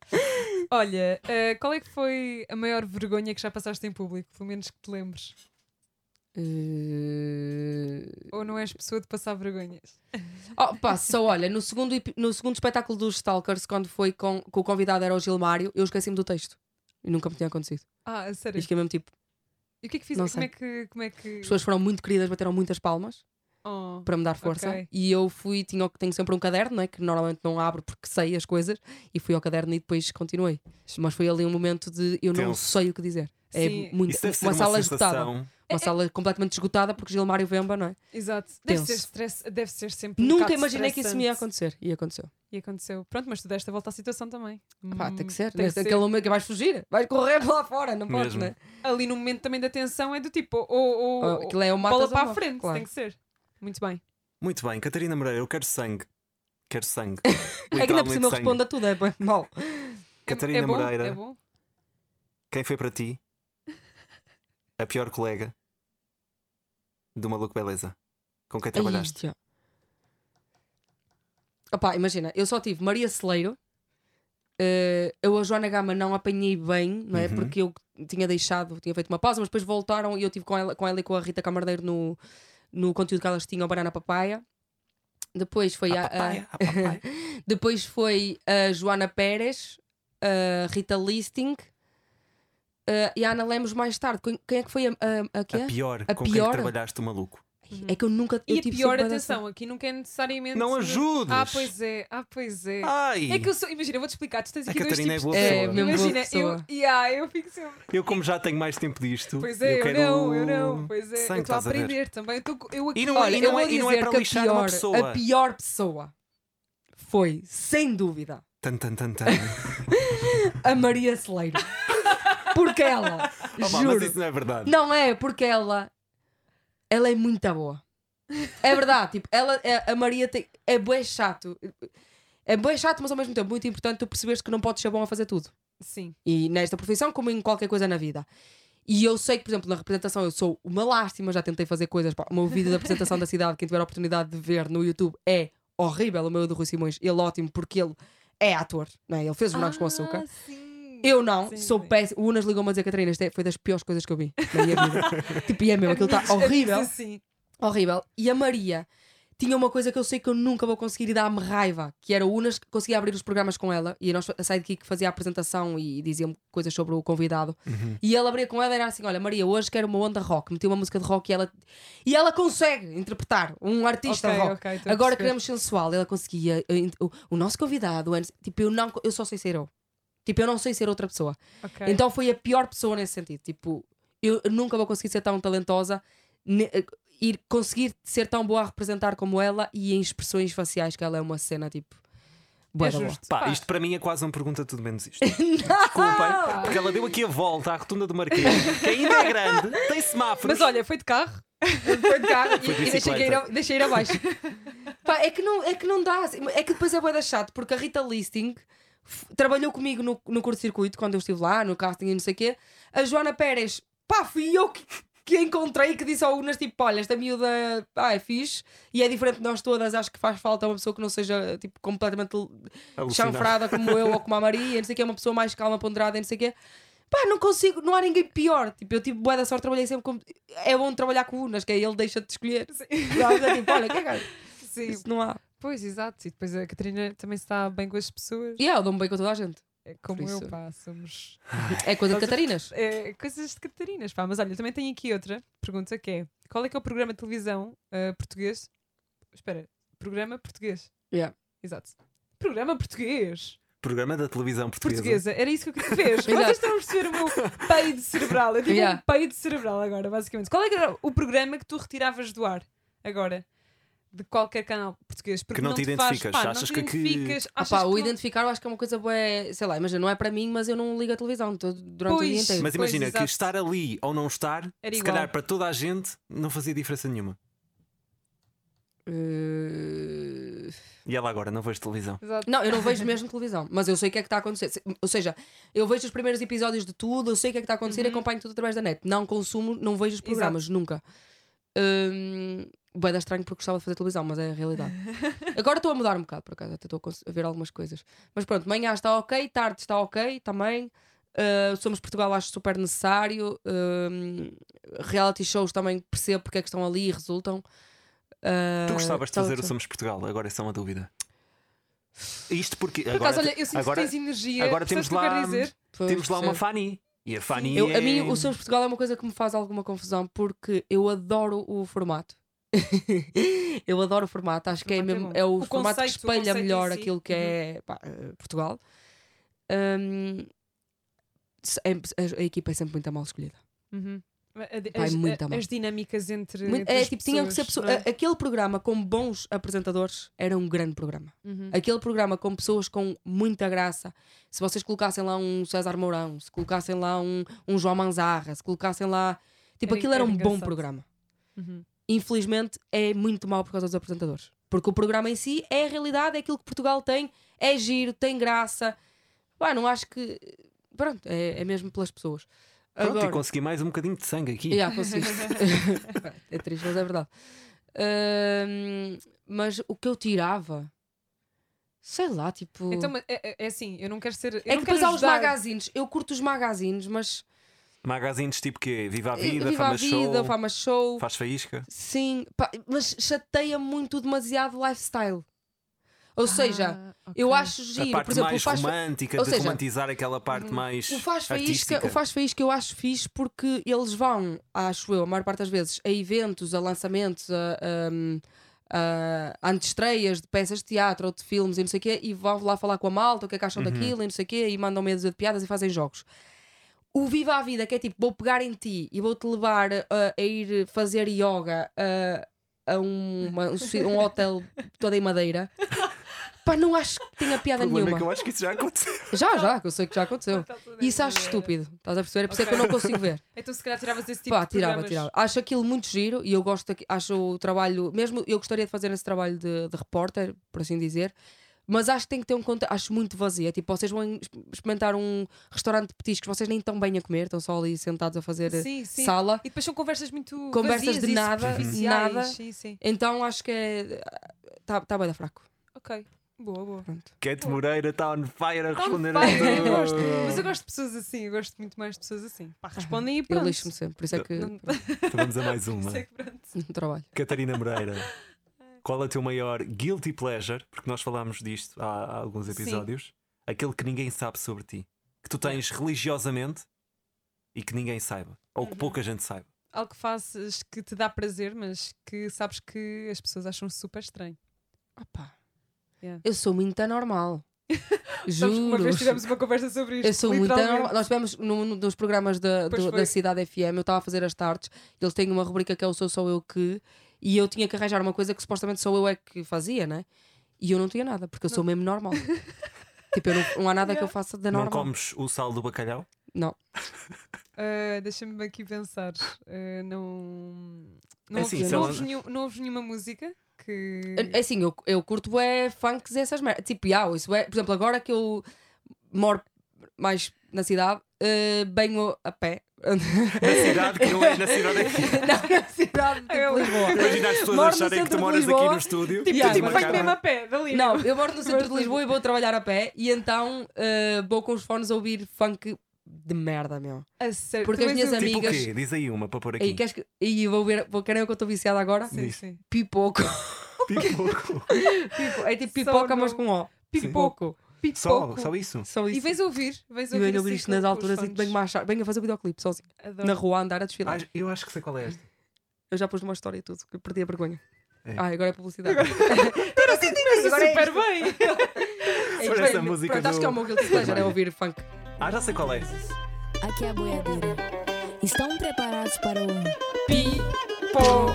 [SPEAKER 2] Olha, eh, qual é que foi a maior vergonha que já passaste em público? Pelo menos que te lembres.
[SPEAKER 3] Eh,
[SPEAKER 2] Ou não és pessoa de passar vergonhas?
[SPEAKER 3] Oh, pá, só olha, no segundo, epi- no segundo espetáculo dos Stalkers, quando foi com, que o convidado era o Gilmário, eu esqueci-me do texto. E nunca me tinha acontecido.
[SPEAKER 2] Ah, a sério.
[SPEAKER 3] E fiquei mesmo tipo,
[SPEAKER 2] E o que é que fiz?
[SPEAKER 3] Não
[SPEAKER 2] Como
[SPEAKER 3] sei.
[SPEAKER 2] é que. Como é que...
[SPEAKER 3] As pessoas foram muito queridas, bateram muitas palmas
[SPEAKER 2] Oh,
[SPEAKER 3] para me dar força.
[SPEAKER 2] Ok.
[SPEAKER 3] E eu fui, tinha, tenho sempre um caderno, não é? que normalmente não abro porque sei as coisas, e fui ao caderno e depois continuei. Mas foi ali um momento de eu não
[SPEAKER 1] Tenso.
[SPEAKER 3] sei o que dizer.
[SPEAKER 2] Sim. É,
[SPEAKER 3] É muito,
[SPEAKER 1] Isso deve ser
[SPEAKER 3] uma,
[SPEAKER 1] uma,
[SPEAKER 3] sala esgotada.
[SPEAKER 1] sensação.
[SPEAKER 3] Uma sala completamente esgotada porque Gilmário Vemba, não é?
[SPEAKER 2] exato. Deve
[SPEAKER 3] Tenso.
[SPEAKER 2] ser, stress, deve ser sempre. um
[SPEAKER 3] Nunca
[SPEAKER 2] bocado
[SPEAKER 3] imaginei que isso me ia
[SPEAKER 2] estressante.
[SPEAKER 3] acontecer. E aconteceu.
[SPEAKER 2] E aconteceu. Pronto, mas tu deste a volta à situação também.
[SPEAKER 3] Ah Pá,
[SPEAKER 2] Hum,
[SPEAKER 3] tem que ser.
[SPEAKER 2] tem que ser.
[SPEAKER 3] Naquele momento que vais fugir, vais correr lá fora, não podes,
[SPEAKER 1] Mesmo.
[SPEAKER 3] não é?
[SPEAKER 2] Ali no momento também da tensão é do tipo, ou, ou,
[SPEAKER 3] Ou Aquilo é o
[SPEAKER 2] bola
[SPEAKER 3] matas ou
[SPEAKER 2] para a
[SPEAKER 3] morres,
[SPEAKER 2] frente,
[SPEAKER 3] claro.
[SPEAKER 2] tem que ser. Muito bem.
[SPEAKER 1] Muito bem, Catarina Moreira, eu quero sangue. Quero sangue.
[SPEAKER 3] É que ainda por
[SPEAKER 1] Literalmente
[SPEAKER 3] cima eu
[SPEAKER 1] sangue.
[SPEAKER 3] respondo a tudo, é pá, mal.
[SPEAKER 1] Catarina
[SPEAKER 2] é bom?
[SPEAKER 1] Moreira,
[SPEAKER 2] É bom?
[SPEAKER 1] quem foi para ti a pior colega do Maluco Beleza? Com quem trabalhaste?
[SPEAKER 3] Ai, já. Opá, imagina, eu só tive Maria Celeiro, eh, eu a Joana Gama não apanhei bem, não é?
[SPEAKER 1] Uhum.
[SPEAKER 3] Porque eu tinha deixado, tinha feito uma pausa, mas depois voltaram e eu tive com ela, com ela e com a Rita Camardeiro no, no conteúdo que elas tinham, Banana Papaya. Depois foi a,
[SPEAKER 1] Ah,
[SPEAKER 3] a-
[SPEAKER 1] papai, ah, papai.
[SPEAKER 3] depois foi a Joana Pérez, a Rita Listing eh, e a Ana Lemos mais tarde. Quem, quem é que foi a, a, a, quê?
[SPEAKER 1] A pior
[SPEAKER 3] A
[SPEAKER 1] com quem
[SPEAKER 3] pior?
[SPEAKER 1] que trabalhaste do Maluco.
[SPEAKER 3] É que eu nunca eu
[SPEAKER 2] E a
[SPEAKER 3] tive
[SPEAKER 2] pior
[SPEAKER 3] sempre a dançar.
[SPEAKER 2] atenção, aqui nunca é necessariamente.
[SPEAKER 1] Não ajudes!
[SPEAKER 2] Ah, pois é, ah, pois é.
[SPEAKER 1] Ai!
[SPEAKER 2] É que eu sou, imagina, eu vou-te explicar, tu tens
[SPEAKER 1] A
[SPEAKER 2] aqui dois
[SPEAKER 1] Catarina é
[SPEAKER 2] tipos
[SPEAKER 1] boa
[SPEAKER 2] de-
[SPEAKER 3] É,
[SPEAKER 1] pessoa.
[SPEAKER 3] mesmo boa
[SPEAKER 2] Imagina,
[SPEAKER 3] pessoa.
[SPEAKER 2] eu, yeah, eu fico sempre.
[SPEAKER 1] Eu, como já tenho mais tempo disto,
[SPEAKER 2] Pois é, eu,
[SPEAKER 1] quero. um
[SPEAKER 2] não, eu não, pois é,
[SPEAKER 1] sangue,
[SPEAKER 2] eu estou a
[SPEAKER 1] estás a ver?
[SPEAKER 2] aprender também. Eu, tô- eu aqui,
[SPEAKER 1] E não
[SPEAKER 3] Olha,
[SPEAKER 1] E não
[SPEAKER 3] eu
[SPEAKER 1] é-
[SPEAKER 3] vou
[SPEAKER 1] e não é
[SPEAKER 3] dizer
[SPEAKER 1] para
[SPEAKER 3] que a
[SPEAKER 1] lixar
[SPEAKER 3] pior,
[SPEAKER 1] uma pessoa.
[SPEAKER 3] A pior pessoa foi, sem dúvida,
[SPEAKER 1] Tan, tan, tan, Oh, tan.
[SPEAKER 3] a Maria Celeiro. porque ela,
[SPEAKER 1] Oh, pá,
[SPEAKER 3] juro.
[SPEAKER 1] mas isso não é verdade.
[SPEAKER 3] Não é, porque ela, ela é muito boa. É verdade, tipo, ela, é- a Maria tem, é bué chato. É bué chato, mas ao mesmo tempo muito importante tu perceberes que não podes ser bom a fazer tudo.
[SPEAKER 2] Sim,
[SPEAKER 3] E nesta profissão, como em qualquer coisa na vida. E eu sei que, por exemplo, na representação eu sou uma lástima, já tentei fazer coisas. Pá, o meu vídeo da apresentação da cidade, quem tiver a oportunidade de ver no YouTube, é horrível. O meu do Rui Simões, ele ótimo, porque ele é ator, não é? Ele fez os Morangos com Açúcar.
[SPEAKER 2] Ah, Sim.
[SPEAKER 3] Eu não,
[SPEAKER 2] Sim,
[SPEAKER 3] sou
[SPEAKER 2] sim.
[SPEAKER 3] péssimo. O Unas ligou-me a dizer, Catarina, isto é- foi das piores coisas que eu vi na minha vida. tipo, e é mesmo, aquilo está
[SPEAKER 2] Amigos-
[SPEAKER 3] horrível.
[SPEAKER 2] amigos assim.
[SPEAKER 3] Horrível. E a Maria tinha uma coisa que eu sei que eu nunca vou conseguir e dá-me raiva, que era o Unas que conseguia abrir os programas com ela e nós a sidekick fazia a apresentação e dizia-me coisas sobre o convidado. E ela abria com ela e era assim: Olha, Maria, hoje quero uma onda rock, meti uma música de rock e ela, e ela consegue interpretar um artista
[SPEAKER 2] Ok,
[SPEAKER 3] rock.
[SPEAKER 2] ok, estou a
[SPEAKER 3] Agora
[SPEAKER 2] perceber.
[SPEAKER 3] queremos sensual, ela conseguia. eu ent- O, o nosso convidado, o Anderson- tipo, eu, não, co- eu só sei ser eu. Tipo, eu não sei ser outra pessoa.
[SPEAKER 2] Ok.
[SPEAKER 3] Então foi a pior pessoa nesse sentido. Tipo, eu nunca vou conseguir ser tão talentosa ne- eh, e conseguir ser tão boa a representar como ela e em expressões faciais, que ela é uma cena tipo. Boa,
[SPEAKER 2] é justo.
[SPEAKER 1] Pá, isto para mim é quase uma pergunta tudo menos isto. Desculpem, porque ela deu aqui a volta à rotunda do Marquês, que ainda é grande, tem semáforos.
[SPEAKER 2] Mas olha, foi de carro.
[SPEAKER 3] Foi de carro
[SPEAKER 1] Foi de
[SPEAKER 3] e, e deixei, ir
[SPEAKER 1] bicicleta.
[SPEAKER 3] a- deixei ir abaixo. Pá, é, que não, é que não dá. assim, É que depois é boeda chato, porque a Rita Listing f- trabalhou comigo no, no curto-circuito, quando eu estive lá, no casting e não sei o quê. A Joana Pérez, pá, fui eu que, que a encontrei que disse ao Unas, tipo, olha, esta miúda, pá, é fixe e é diferente de nós todas. Acho que faz falta uma pessoa que não seja, tipo, completamente
[SPEAKER 1] Alucinado.
[SPEAKER 3] chanfrada como eu ou como a Maria, não sei o que, é uma pessoa mais calma, ponderada, não sei o que. Pá, não consigo, não há ninguém pior. Tipo, eu tive boa da sorte, trabalhei sempre com. É bom trabalhar com o Unas, que aí ele deixa de escolher. Sabes? É tipo, olha, que é gajo?
[SPEAKER 2] Sim.
[SPEAKER 3] Isso não há.
[SPEAKER 2] Pois, exato. E depois a Catarina também se dá bem com as pessoas.
[SPEAKER 3] E yeah, eu dou-me bem com toda a gente.
[SPEAKER 2] É como
[SPEAKER 3] Por
[SPEAKER 2] eu,
[SPEAKER 3] isso.
[SPEAKER 2] pá, somos.
[SPEAKER 3] É coisa de Catarinas.
[SPEAKER 2] É, coisas de Catarinas, pá. Mas olha, também tenho aqui outra pergunta que é: qual é que é o programa de televisão ah, português? Espera, programa português.
[SPEAKER 3] Yeah.
[SPEAKER 2] Exato. Programa português.
[SPEAKER 1] Programa da televisão portuguesa.
[SPEAKER 2] Portuguesa. Era isso que eu queria ver.
[SPEAKER 3] Exato.
[SPEAKER 2] Vocês estão a perceber o meu peido cerebral. Eu tive
[SPEAKER 3] Yeah.
[SPEAKER 2] um peido cerebral agora, basicamente. Qual é que era o programa que tu retiravas do ar agora? De qualquer canal português. Porque
[SPEAKER 1] não
[SPEAKER 2] não
[SPEAKER 1] te
[SPEAKER 2] faz-
[SPEAKER 1] identificas,
[SPEAKER 2] pá,
[SPEAKER 1] achas
[SPEAKER 2] não te
[SPEAKER 1] que aqui-
[SPEAKER 2] identificas,
[SPEAKER 3] Ah,
[SPEAKER 2] achas
[SPEAKER 3] pá,
[SPEAKER 2] que
[SPEAKER 3] o
[SPEAKER 2] não-
[SPEAKER 3] identificar eu acho que é uma coisa boa. Sei lá, imagina, não é para mim, mas eu não ligo a televisão todo- durante o dia
[SPEAKER 2] Pois.
[SPEAKER 3] inteiro.
[SPEAKER 1] Mas imagina
[SPEAKER 2] Pois,
[SPEAKER 1] que
[SPEAKER 2] exato.
[SPEAKER 1] estar ali ou não estar,
[SPEAKER 2] Era
[SPEAKER 1] se
[SPEAKER 2] igual.
[SPEAKER 1] calhar para toda a gente, não fazia diferença nenhuma.
[SPEAKER 3] Eh,
[SPEAKER 1] E ela agora, não vejo televisão.
[SPEAKER 2] Exato.
[SPEAKER 3] Não, eu não vejo mesmo televisão, mas eu sei o que é que está a acontecer. Se- Ou seja, eu vejo os primeiros episódios de tudo, eu sei o que é que está a acontecer, acompanho tudo através da net. Não consumo, não vejo os programas, nunca. Hum, bué da estranho porque gostava de fazer televisão, mas é a realidade. Agora estou a mudar um bocado, por acaso, até estou a cons- a ver algumas coisas. Mas pronto, manhã está ok, tarde está ok também. Uh, Somos Portugal, acho super necessário. Hum, reality shows também percebo porque é que estão ali e resultam.
[SPEAKER 1] Tu
[SPEAKER 3] Uh,
[SPEAKER 1] gostavas de
[SPEAKER 3] estava
[SPEAKER 1] fazer o
[SPEAKER 3] tudo-
[SPEAKER 1] Somos Portugal, agora é só uma dúvida. Isto porque.
[SPEAKER 2] Por
[SPEAKER 1] agora
[SPEAKER 2] acaso, olha, eu sinto
[SPEAKER 1] agora
[SPEAKER 2] que tens energia.
[SPEAKER 1] agora temos
[SPEAKER 2] percebes o que eu quero
[SPEAKER 1] lá-
[SPEAKER 2] dizer?
[SPEAKER 3] Pois,
[SPEAKER 1] temos lá uma
[SPEAKER 3] percebo.
[SPEAKER 1] Fanny. E a Fanny.
[SPEAKER 3] Eu-
[SPEAKER 1] é...
[SPEAKER 3] a mim, o Somos Portugal é uma coisa que me faz alguma confusão porque eu adoro o formato. eu adoro o formato, acho que é,
[SPEAKER 2] formato é
[SPEAKER 3] mesmo,
[SPEAKER 2] bom.
[SPEAKER 3] é o,
[SPEAKER 2] O
[SPEAKER 3] formato
[SPEAKER 2] conceito- o
[SPEAKER 3] que espelha
[SPEAKER 2] conceito em
[SPEAKER 3] melhor
[SPEAKER 2] si. Uhum.
[SPEAKER 3] aquilo que é pá, eh, Portugal. Hum, se- é- a, a equipa é sempre muito mal escolhida.
[SPEAKER 2] Uhum.
[SPEAKER 3] Pá, é
[SPEAKER 2] As,
[SPEAKER 3] muito
[SPEAKER 2] a-
[SPEAKER 3] bom.
[SPEAKER 2] as dinâmicas entre.
[SPEAKER 3] Muito-
[SPEAKER 2] entre
[SPEAKER 3] é
[SPEAKER 2] as
[SPEAKER 3] tipo, tinham que ser
[SPEAKER 2] pessoas,
[SPEAKER 3] pessoa-
[SPEAKER 2] não é?
[SPEAKER 3] a- aquele programa com bons apresentadores era um grande programa.
[SPEAKER 2] Uhum.
[SPEAKER 3] Aquele programa com pessoas com muita graça. Se vocês colocassem lá um César Mourão, se colocassem lá um, um João Manzarra, se colocassem lá. Tipo,
[SPEAKER 2] Era-
[SPEAKER 3] aquilo era,
[SPEAKER 2] era
[SPEAKER 3] um bom
[SPEAKER 2] engraçado.
[SPEAKER 3] programa.
[SPEAKER 2] Uhum.
[SPEAKER 3] infelizmente, é muito mal por causa dos apresentadores. Porque o programa em si é a realidade, é aquilo que Portugal tem, é giro, tem graça. Pá, não acho que. Pronto, é, é mesmo pelas pessoas.
[SPEAKER 1] Pronto, e consegui mais um bocadinho de sangue aqui.
[SPEAKER 3] Já, conseguiste. é triste, mas é verdade. Ahm, mas o que eu tirava, sei lá, tipo.
[SPEAKER 2] Então, mas é, é- é assim, eu não quero ser. eu
[SPEAKER 3] é
[SPEAKER 2] não
[SPEAKER 3] que depois
[SPEAKER 2] quero
[SPEAKER 3] há os
[SPEAKER 2] ajudar.
[SPEAKER 3] magazines. Eu curto os magazines, mas.
[SPEAKER 1] Magazines tipo quê? Viva a vida,
[SPEAKER 3] Eh, Viva
[SPEAKER 1] fama
[SPEAKER 3] a vida,
[SPEAKER 1] show,
[SPEAKER 3] fama show.
[SPEAKER 1] faz faísca.
[SPEAKER 3] Sim, pá, mas chateia muito o demasiado lifestyle. Ou seja,
[SPEAKER 2] Ah,
[SPEAKER 3] eu
[SPEAKER 2] ok.
[SPEAKER 3] acho
[SPEAKER 1] A
[SPEAKER 3] giro,
[SPEAKER 1] parte
[SPEAKER 3] por exemplo, o
[SPEAKER 1] mais
[SPEAKER 3] faz,
[SPEAKER 1] romântica,
[SPEAKER 3] ou
[SPEAKER 1] de
[SPEAKER 3] seja,
[SPEAKER 1] romantizar aquela parte mais
[SPEAKER 3] o faz faísca,
[SPEAKER 1] artística.
[SPEAKER 3] o faz faísca eu acho fixe porque eles vão, acho eu, a maior parte das vezes, a eventos, a lançamentos, a, um, a, a antestreias de peças de teatro ou de filmes e não sei o quê, e vão lá falar com a malta, o que é que acham
[SPEAKER 1] Uhum.
[SPEAKER 3] daquilo e não sei o quê, e mandam medo de piadas e fazem jogos. O Viva a Vida, que é tipo, vou pegar em ti e vou-te levar uh, a ir fazer yoga uh, a um, uma- um si- um hotel todo em madeira. Pá, não acho que tenha
[SPEAKER 1] O
[SPEAKER 3] piada
[SPEAKER 1] problema
[SPEAKER 3] nenhuma.
[SPEAKER 1] é que eu acho que isso já aconteceu.
[SPEAKER 3] Já, já, que eu sei que já aconteceu.
[SPEAKER 2] Por causa da
[SPEAKER 3] Isso acho
[SPEAKER 2] ideia.
[SPEAKER 3] estúpido, estás a perceber? É por isso é que eu
[SPEAKER 2] Ok.
[SPEAKER 3] não consigo ver.
[SPEAKER 2] Então, se calhar, tiravas esse tipo
[SPEAKER 3] Pá,
[SPEAKER 2] de
[SPEAKER 3] tirava,
[SPEAKER 2] programas.
[SPEAKER 3] tirava. Acho aquilo muito giro e eu gosto, daqui- acho o trabalho, mesmo eu gostaria de fazer esse trabalho de, de repórter, por assim dizer, mas acho que tem que ter um conta, acho muito vazio. É Tipo, vocês vão em- experimentar um restaurante de petiscos, vocês nem estão bem a comer, estão só ali sentados a fazer eh,
[SPEAKER 2] Sim, sim.
[SPEAKER 3] sala.
[SPEAKER 2] E depois são conversas muito.
[SPEAKER 3] Conversas
[SPEAKER 2] vazias
[SPEAKER 3] de
[SPEAKER 2] e
[SPEAKER 3] nada,
[SPEAKER 2] superficiais.
[SPEAKER 3] nada.
[SPEAKER 2] Sim, sim.
[SPEAKER 3] Então acho que é. Está tá bem da fraco.
[SPEAKER 2] Ok. Boa, boa.
[SPEAKER 3] Pronto.
[SPEAKER 1] Cat Moreira está on fire a responder a
[SPEAKER 2] fire,
[SPEAKER 1] tudo.
[SPEAKER 2] eu gosto. Mas eu gosto de pessoas assim, eu gosto muito mais de pessoas assim. Pá, respondem e
[SPEAKER 3] Ah, Eu
[SPEAKER 2] pronto.
[SPEAKER 3] lixo-me sempre, por isso é que.
[SPEAKER 2] Não-
[SPEAKER 1] Então Vamos a mais uma.
[SPEAKER 2] Sei que pronto.
[SPEAKER 3] não trabalho.
[SPEAKER 1] Catarina Moreira, qual é o teu maior guilty pleasure? Porque nós falámos disto há, há alguns
[SPEAKER 2] Sim.
[SPEAKER 1] episódios. Aquele que ninguém sabe sobre ti, que tu tens religiosamente e que ninguém saiba, ou
[SPEAKER 3] Uhum.
[SPEAKER 1] que pouca gente saiba.
[SPEAKER 2] Algo que fazes que te dá prazer, mas que sabes que as pessoas acham super estranho.
[SPEAKER 3] Opa.
[SPEAKER 2] Yeah.
[SPEAKER 3] Eu sou muito anormal.
[SPEAKER 2] Sabes
[SPEAKER 3] Juro.
[SPEAKER 2] que uma vez tivemos uma conversa sobre isto.
[SPEAKER 3] Eu sou muito
[SPEAKER 2] literalmente.
[SPEAKER 3] anormal. Nós tivemos num, num dos programas da,
[SPEAKER 2] Pois
[SPEAKER 3] do-
[SPEAKER 2] foi.
[SPEAKER 3] da Cidade FM, eu estava a fazer as tardes, eles têm uma rubrica que é o Sou Sou Eu Que, e eu tinha que arranjar uma coisa que supostamente sou eu é que fazia, né? E eu não tinha nada, porque eu sou mesmo normal. tipo, eu não, não há nada que eu faça de
[SPEAKER 1] Não
[SPEAKER 3] É normal.
[SPEAKER 1] comes o sal do bacalhau?
[SPEAKER 3] Não,
[SPEAKER 2] Ah, Deixa-me aqui pensar. Ah, não. Não,
[SPEAKER 1] É assim,
[SPEAKER 2] ouves,
[SPEAKER 1] se
[SPEAKER 2] não,
[SPEAKER 1] ela-
[SPEAKER 2] ouves nenhum- não ouves nenhuma música que.
[SPEAKER 3] É Assim, eu, eu curto é funks e essas merdas. Tipo, yeah, isso é, por exemplo, agora que eu moro mais na cidade, eh, venho a pé.
[SPEAKER 1] Na cidade que não és na cidade. é-
[SPEAKER 3] não, na cidade, tipo,
[SPEAKER 2] Eu-
[SPEAKER 3] Lisboa.
[SPEAKER 1] Imagina as pessoas
[SPEAKER 3] Moro no
[SPEAKER 1] acharem que
[SPEAKER 3] centro
[SPEAKER 1] tu
[SPEAKER 3] de
[SPEAKER 1] moras aqui
[SPEAKER 3] Lisboa.
[SPEAKER 1] no estúdio.
[SPEAKER 2] Tipo,
[SPEAKER 3] Yeah,
[SPEAKER 2] tu, tipo,
[SPEAKER 3] mas
[SPEAKER 2] vais
[SPEAKER 3] cara-
[SPEAKER 2] mesmo a pé, dali.
[SPEAKER 3] é? Não, eu moro no centro de Lisboa e vou trabalhar a pé e então eh, vou com os fones a ouvir funk de merda, meu.
[SPEAKER 2] A sério,
[SPEAKER 3] Porque
[SPEAKER 2] tu
[SPEAKER 3] as
[SPEAKER 2] és
[SPEAKER 3] minhas
[SPEAKER 2] um-
[SPEAKER 1] Tipo o
[SPEAKER 3] amigas-
[SPEAKER 1] quê? Diz aí uma para pôr
[SPEAKER 3] E
[SPEAKER 1] aqui.
[SPEAKER 3] queres que. E vou ver. Vou, querem ver que eu estou viciada agora?
[SPEAKER 2] Sim,
[SPEAKER 1] Diz.
[SPEAKER 2] sim.
[SPEAKER 3] Pipoco.
[SPEAKER 1] Tipo,
[SPEAKER 3] Pipo- É tipo
[SPEAKER 2] Só
[SPEAKER 3] pipoca,
[SPEAKER 2] não-
[SPEAKER 3] mas com O.
[SPEAKER 2] Pipoco.
[SPEAKER 1] só,
[SPEAKER 2] Pipoco.
[SPEAKER 1] só isso.
[SPEAKER 3] Só
[SPEAKER 2] E
[SPEAKER 3] isso.
[SPEAKER 2] vens ouvir, vens
[SPEAKER 3] E
[SPEAKER 2] ouvir.
[SPEAKER 3] venho ouvir
[SPEAKER 2] assim
[SPEAKER 3] isto
[SPEAKER 2] com-
[SPEAKER 3] nas
[SPEAKER 2] com os
[SPEAKER 3] alturas e
[SPEAKER 2] fones.
[SPEAKER 3] venho machar. Venho a fazer o videoclipe sozinho.
[SPEAKER 2] Adoro.
[SPEAKER 3] Na rua a andar a desfilar.
[SPEAKER 1] Ah, eu acho que sei qual é esta.
[SPEAKER 3] Eu já pus numa história e tudo, que eu perdi a vergonha.
[SPEAKER 1] É.
[SPEAKER 3] Ah, agora é publicidade.
[SPEAKER 2] Mas
[SPEAKER 3] Agora é
[SPEAKER 2] super bem.
[SPEAKER 3] É
[SPEAKER 1] Sobre
[SPEAKER 3] isto,
[SPEAKER 1] essa
[SPEAKER 3] é-
[SPEAKER 1] música
[SPEAKER 3] Pronto, acho
[SPEAKER 1] do-
[SPEAKER 3] que é o meu guilty pleasure, é ouvir funk.
[SPEAKER 1] Ah, já sei qual é.
[SPEAKER 5] Aqui é a boiadeira. Estão preparados para o.
[SPEAKER 3] Pipoco!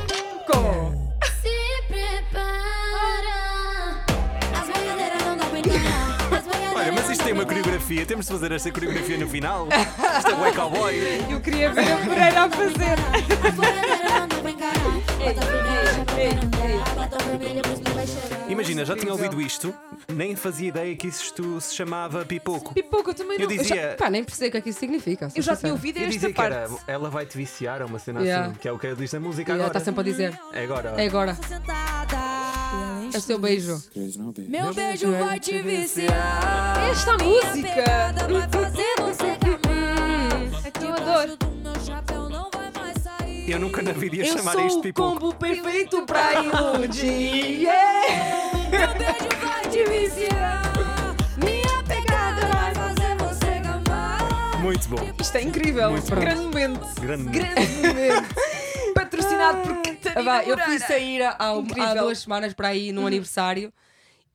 [SPEAKER 5] Se prepara! As boiadeiras não dão bem nada. As boiadeiras
[SPEAKER 1] Olha, mas
[SPEAKER 5] não
[SPEAKER 1] isto
[SPEAKER 5] dão
[SPEAKER 1] tem uma
[SPEAKER 5] bem nada.
[SPEAKER 1] coreografia, temos de fazer esta coreografia no final. Isto é bué cowboy.
[SPEAKER 2] Eu queria ver a Pereira a fazer.
[SPEAKER 5] As boiadeiras não dão bem cara. Bota vermelha pra merendar. Bota vermelha pros meus baixeiros.
[SPEAKER 1] Imagina, já tinha ouvido isto, nem fazia ideia que isto se chamava pipoco.
[SPEAKER 2] Pipoco, eu também
[SPEAKER 1] Eu
[SPEAKER 2] não.
[SPEAKER 1] dizia-
[SPEAKER 3] Já, pá, nem percebi o que é que isso significa. sou
[SPEAKER 2] Eu já tinha
[SPEAKER 3] sincera.
[SPEAKER 2] ouvido
[SPEAKER 1] Eu
[SPEAKER 2] esta
[SPEAKER 1] dizia que era
[SPEAKER 2] parte.
[SPEAKER 1] ela vai te viciar, é uma cena
[SPEAKER 3] Yeah.
[SPEAKER 1] assim, que é o que diz na música
[SPEAKER 3] E Ela
[SPEAKER 1] agora.
[SPEAKER 3] está Tá sempre a dizer.
[SPEAKER 1] É agora.
[SPEAKER 3] É agora.
[SPEAKER 5] Sentada.
[SPEAKER 3] É o seu beijo.
[SPEAKER 5] Meu beijo vai te viciar.
[SPEAKER 2] Esta música.
[SPEAKER 5] Pegada vai fazer você caminhar.
[SPEAKER 2] Eu adoro.
[SPEAKER 5] Do meu chapéu não vai mais sair.
[SPEAKER 1] Eu nunca na vida ia
[SPEAKER 3] Eu
[SPEAKER 1] chamar
[SPEAKER 3] sou
[SPEAKER 1] isto
[SPEAKER 3] o
[SPEAKER 1] pipoco.
[SPEAKER 3] combo perfeito pra
[SPEAKER 2] um
[SPEAKER 3] iludir. Yeah.
[SPEAKER 5] Meu beijo vai te viciar. Minha pegada vai fazer você gamar.
[SPEAKER 1] Muito bom.
[SPEAKER 2] Isto é incrível.
[SPEAKER 1] Muito bom.
[SPEAKER 2] Grande momento.
[SPEAKER 1] Grande.
[SPEAKER 2] Grande momento. Patrocinado por Catarina
[SPEAKER 3] Vá, eu fui
[SPEAKER 2] Moreira.
[SPEAKER 3] sair há, um- há
[SPEAKER 2] Incrível. Uhum.
[SPEAKER 3] duas semanas para ir num aniversário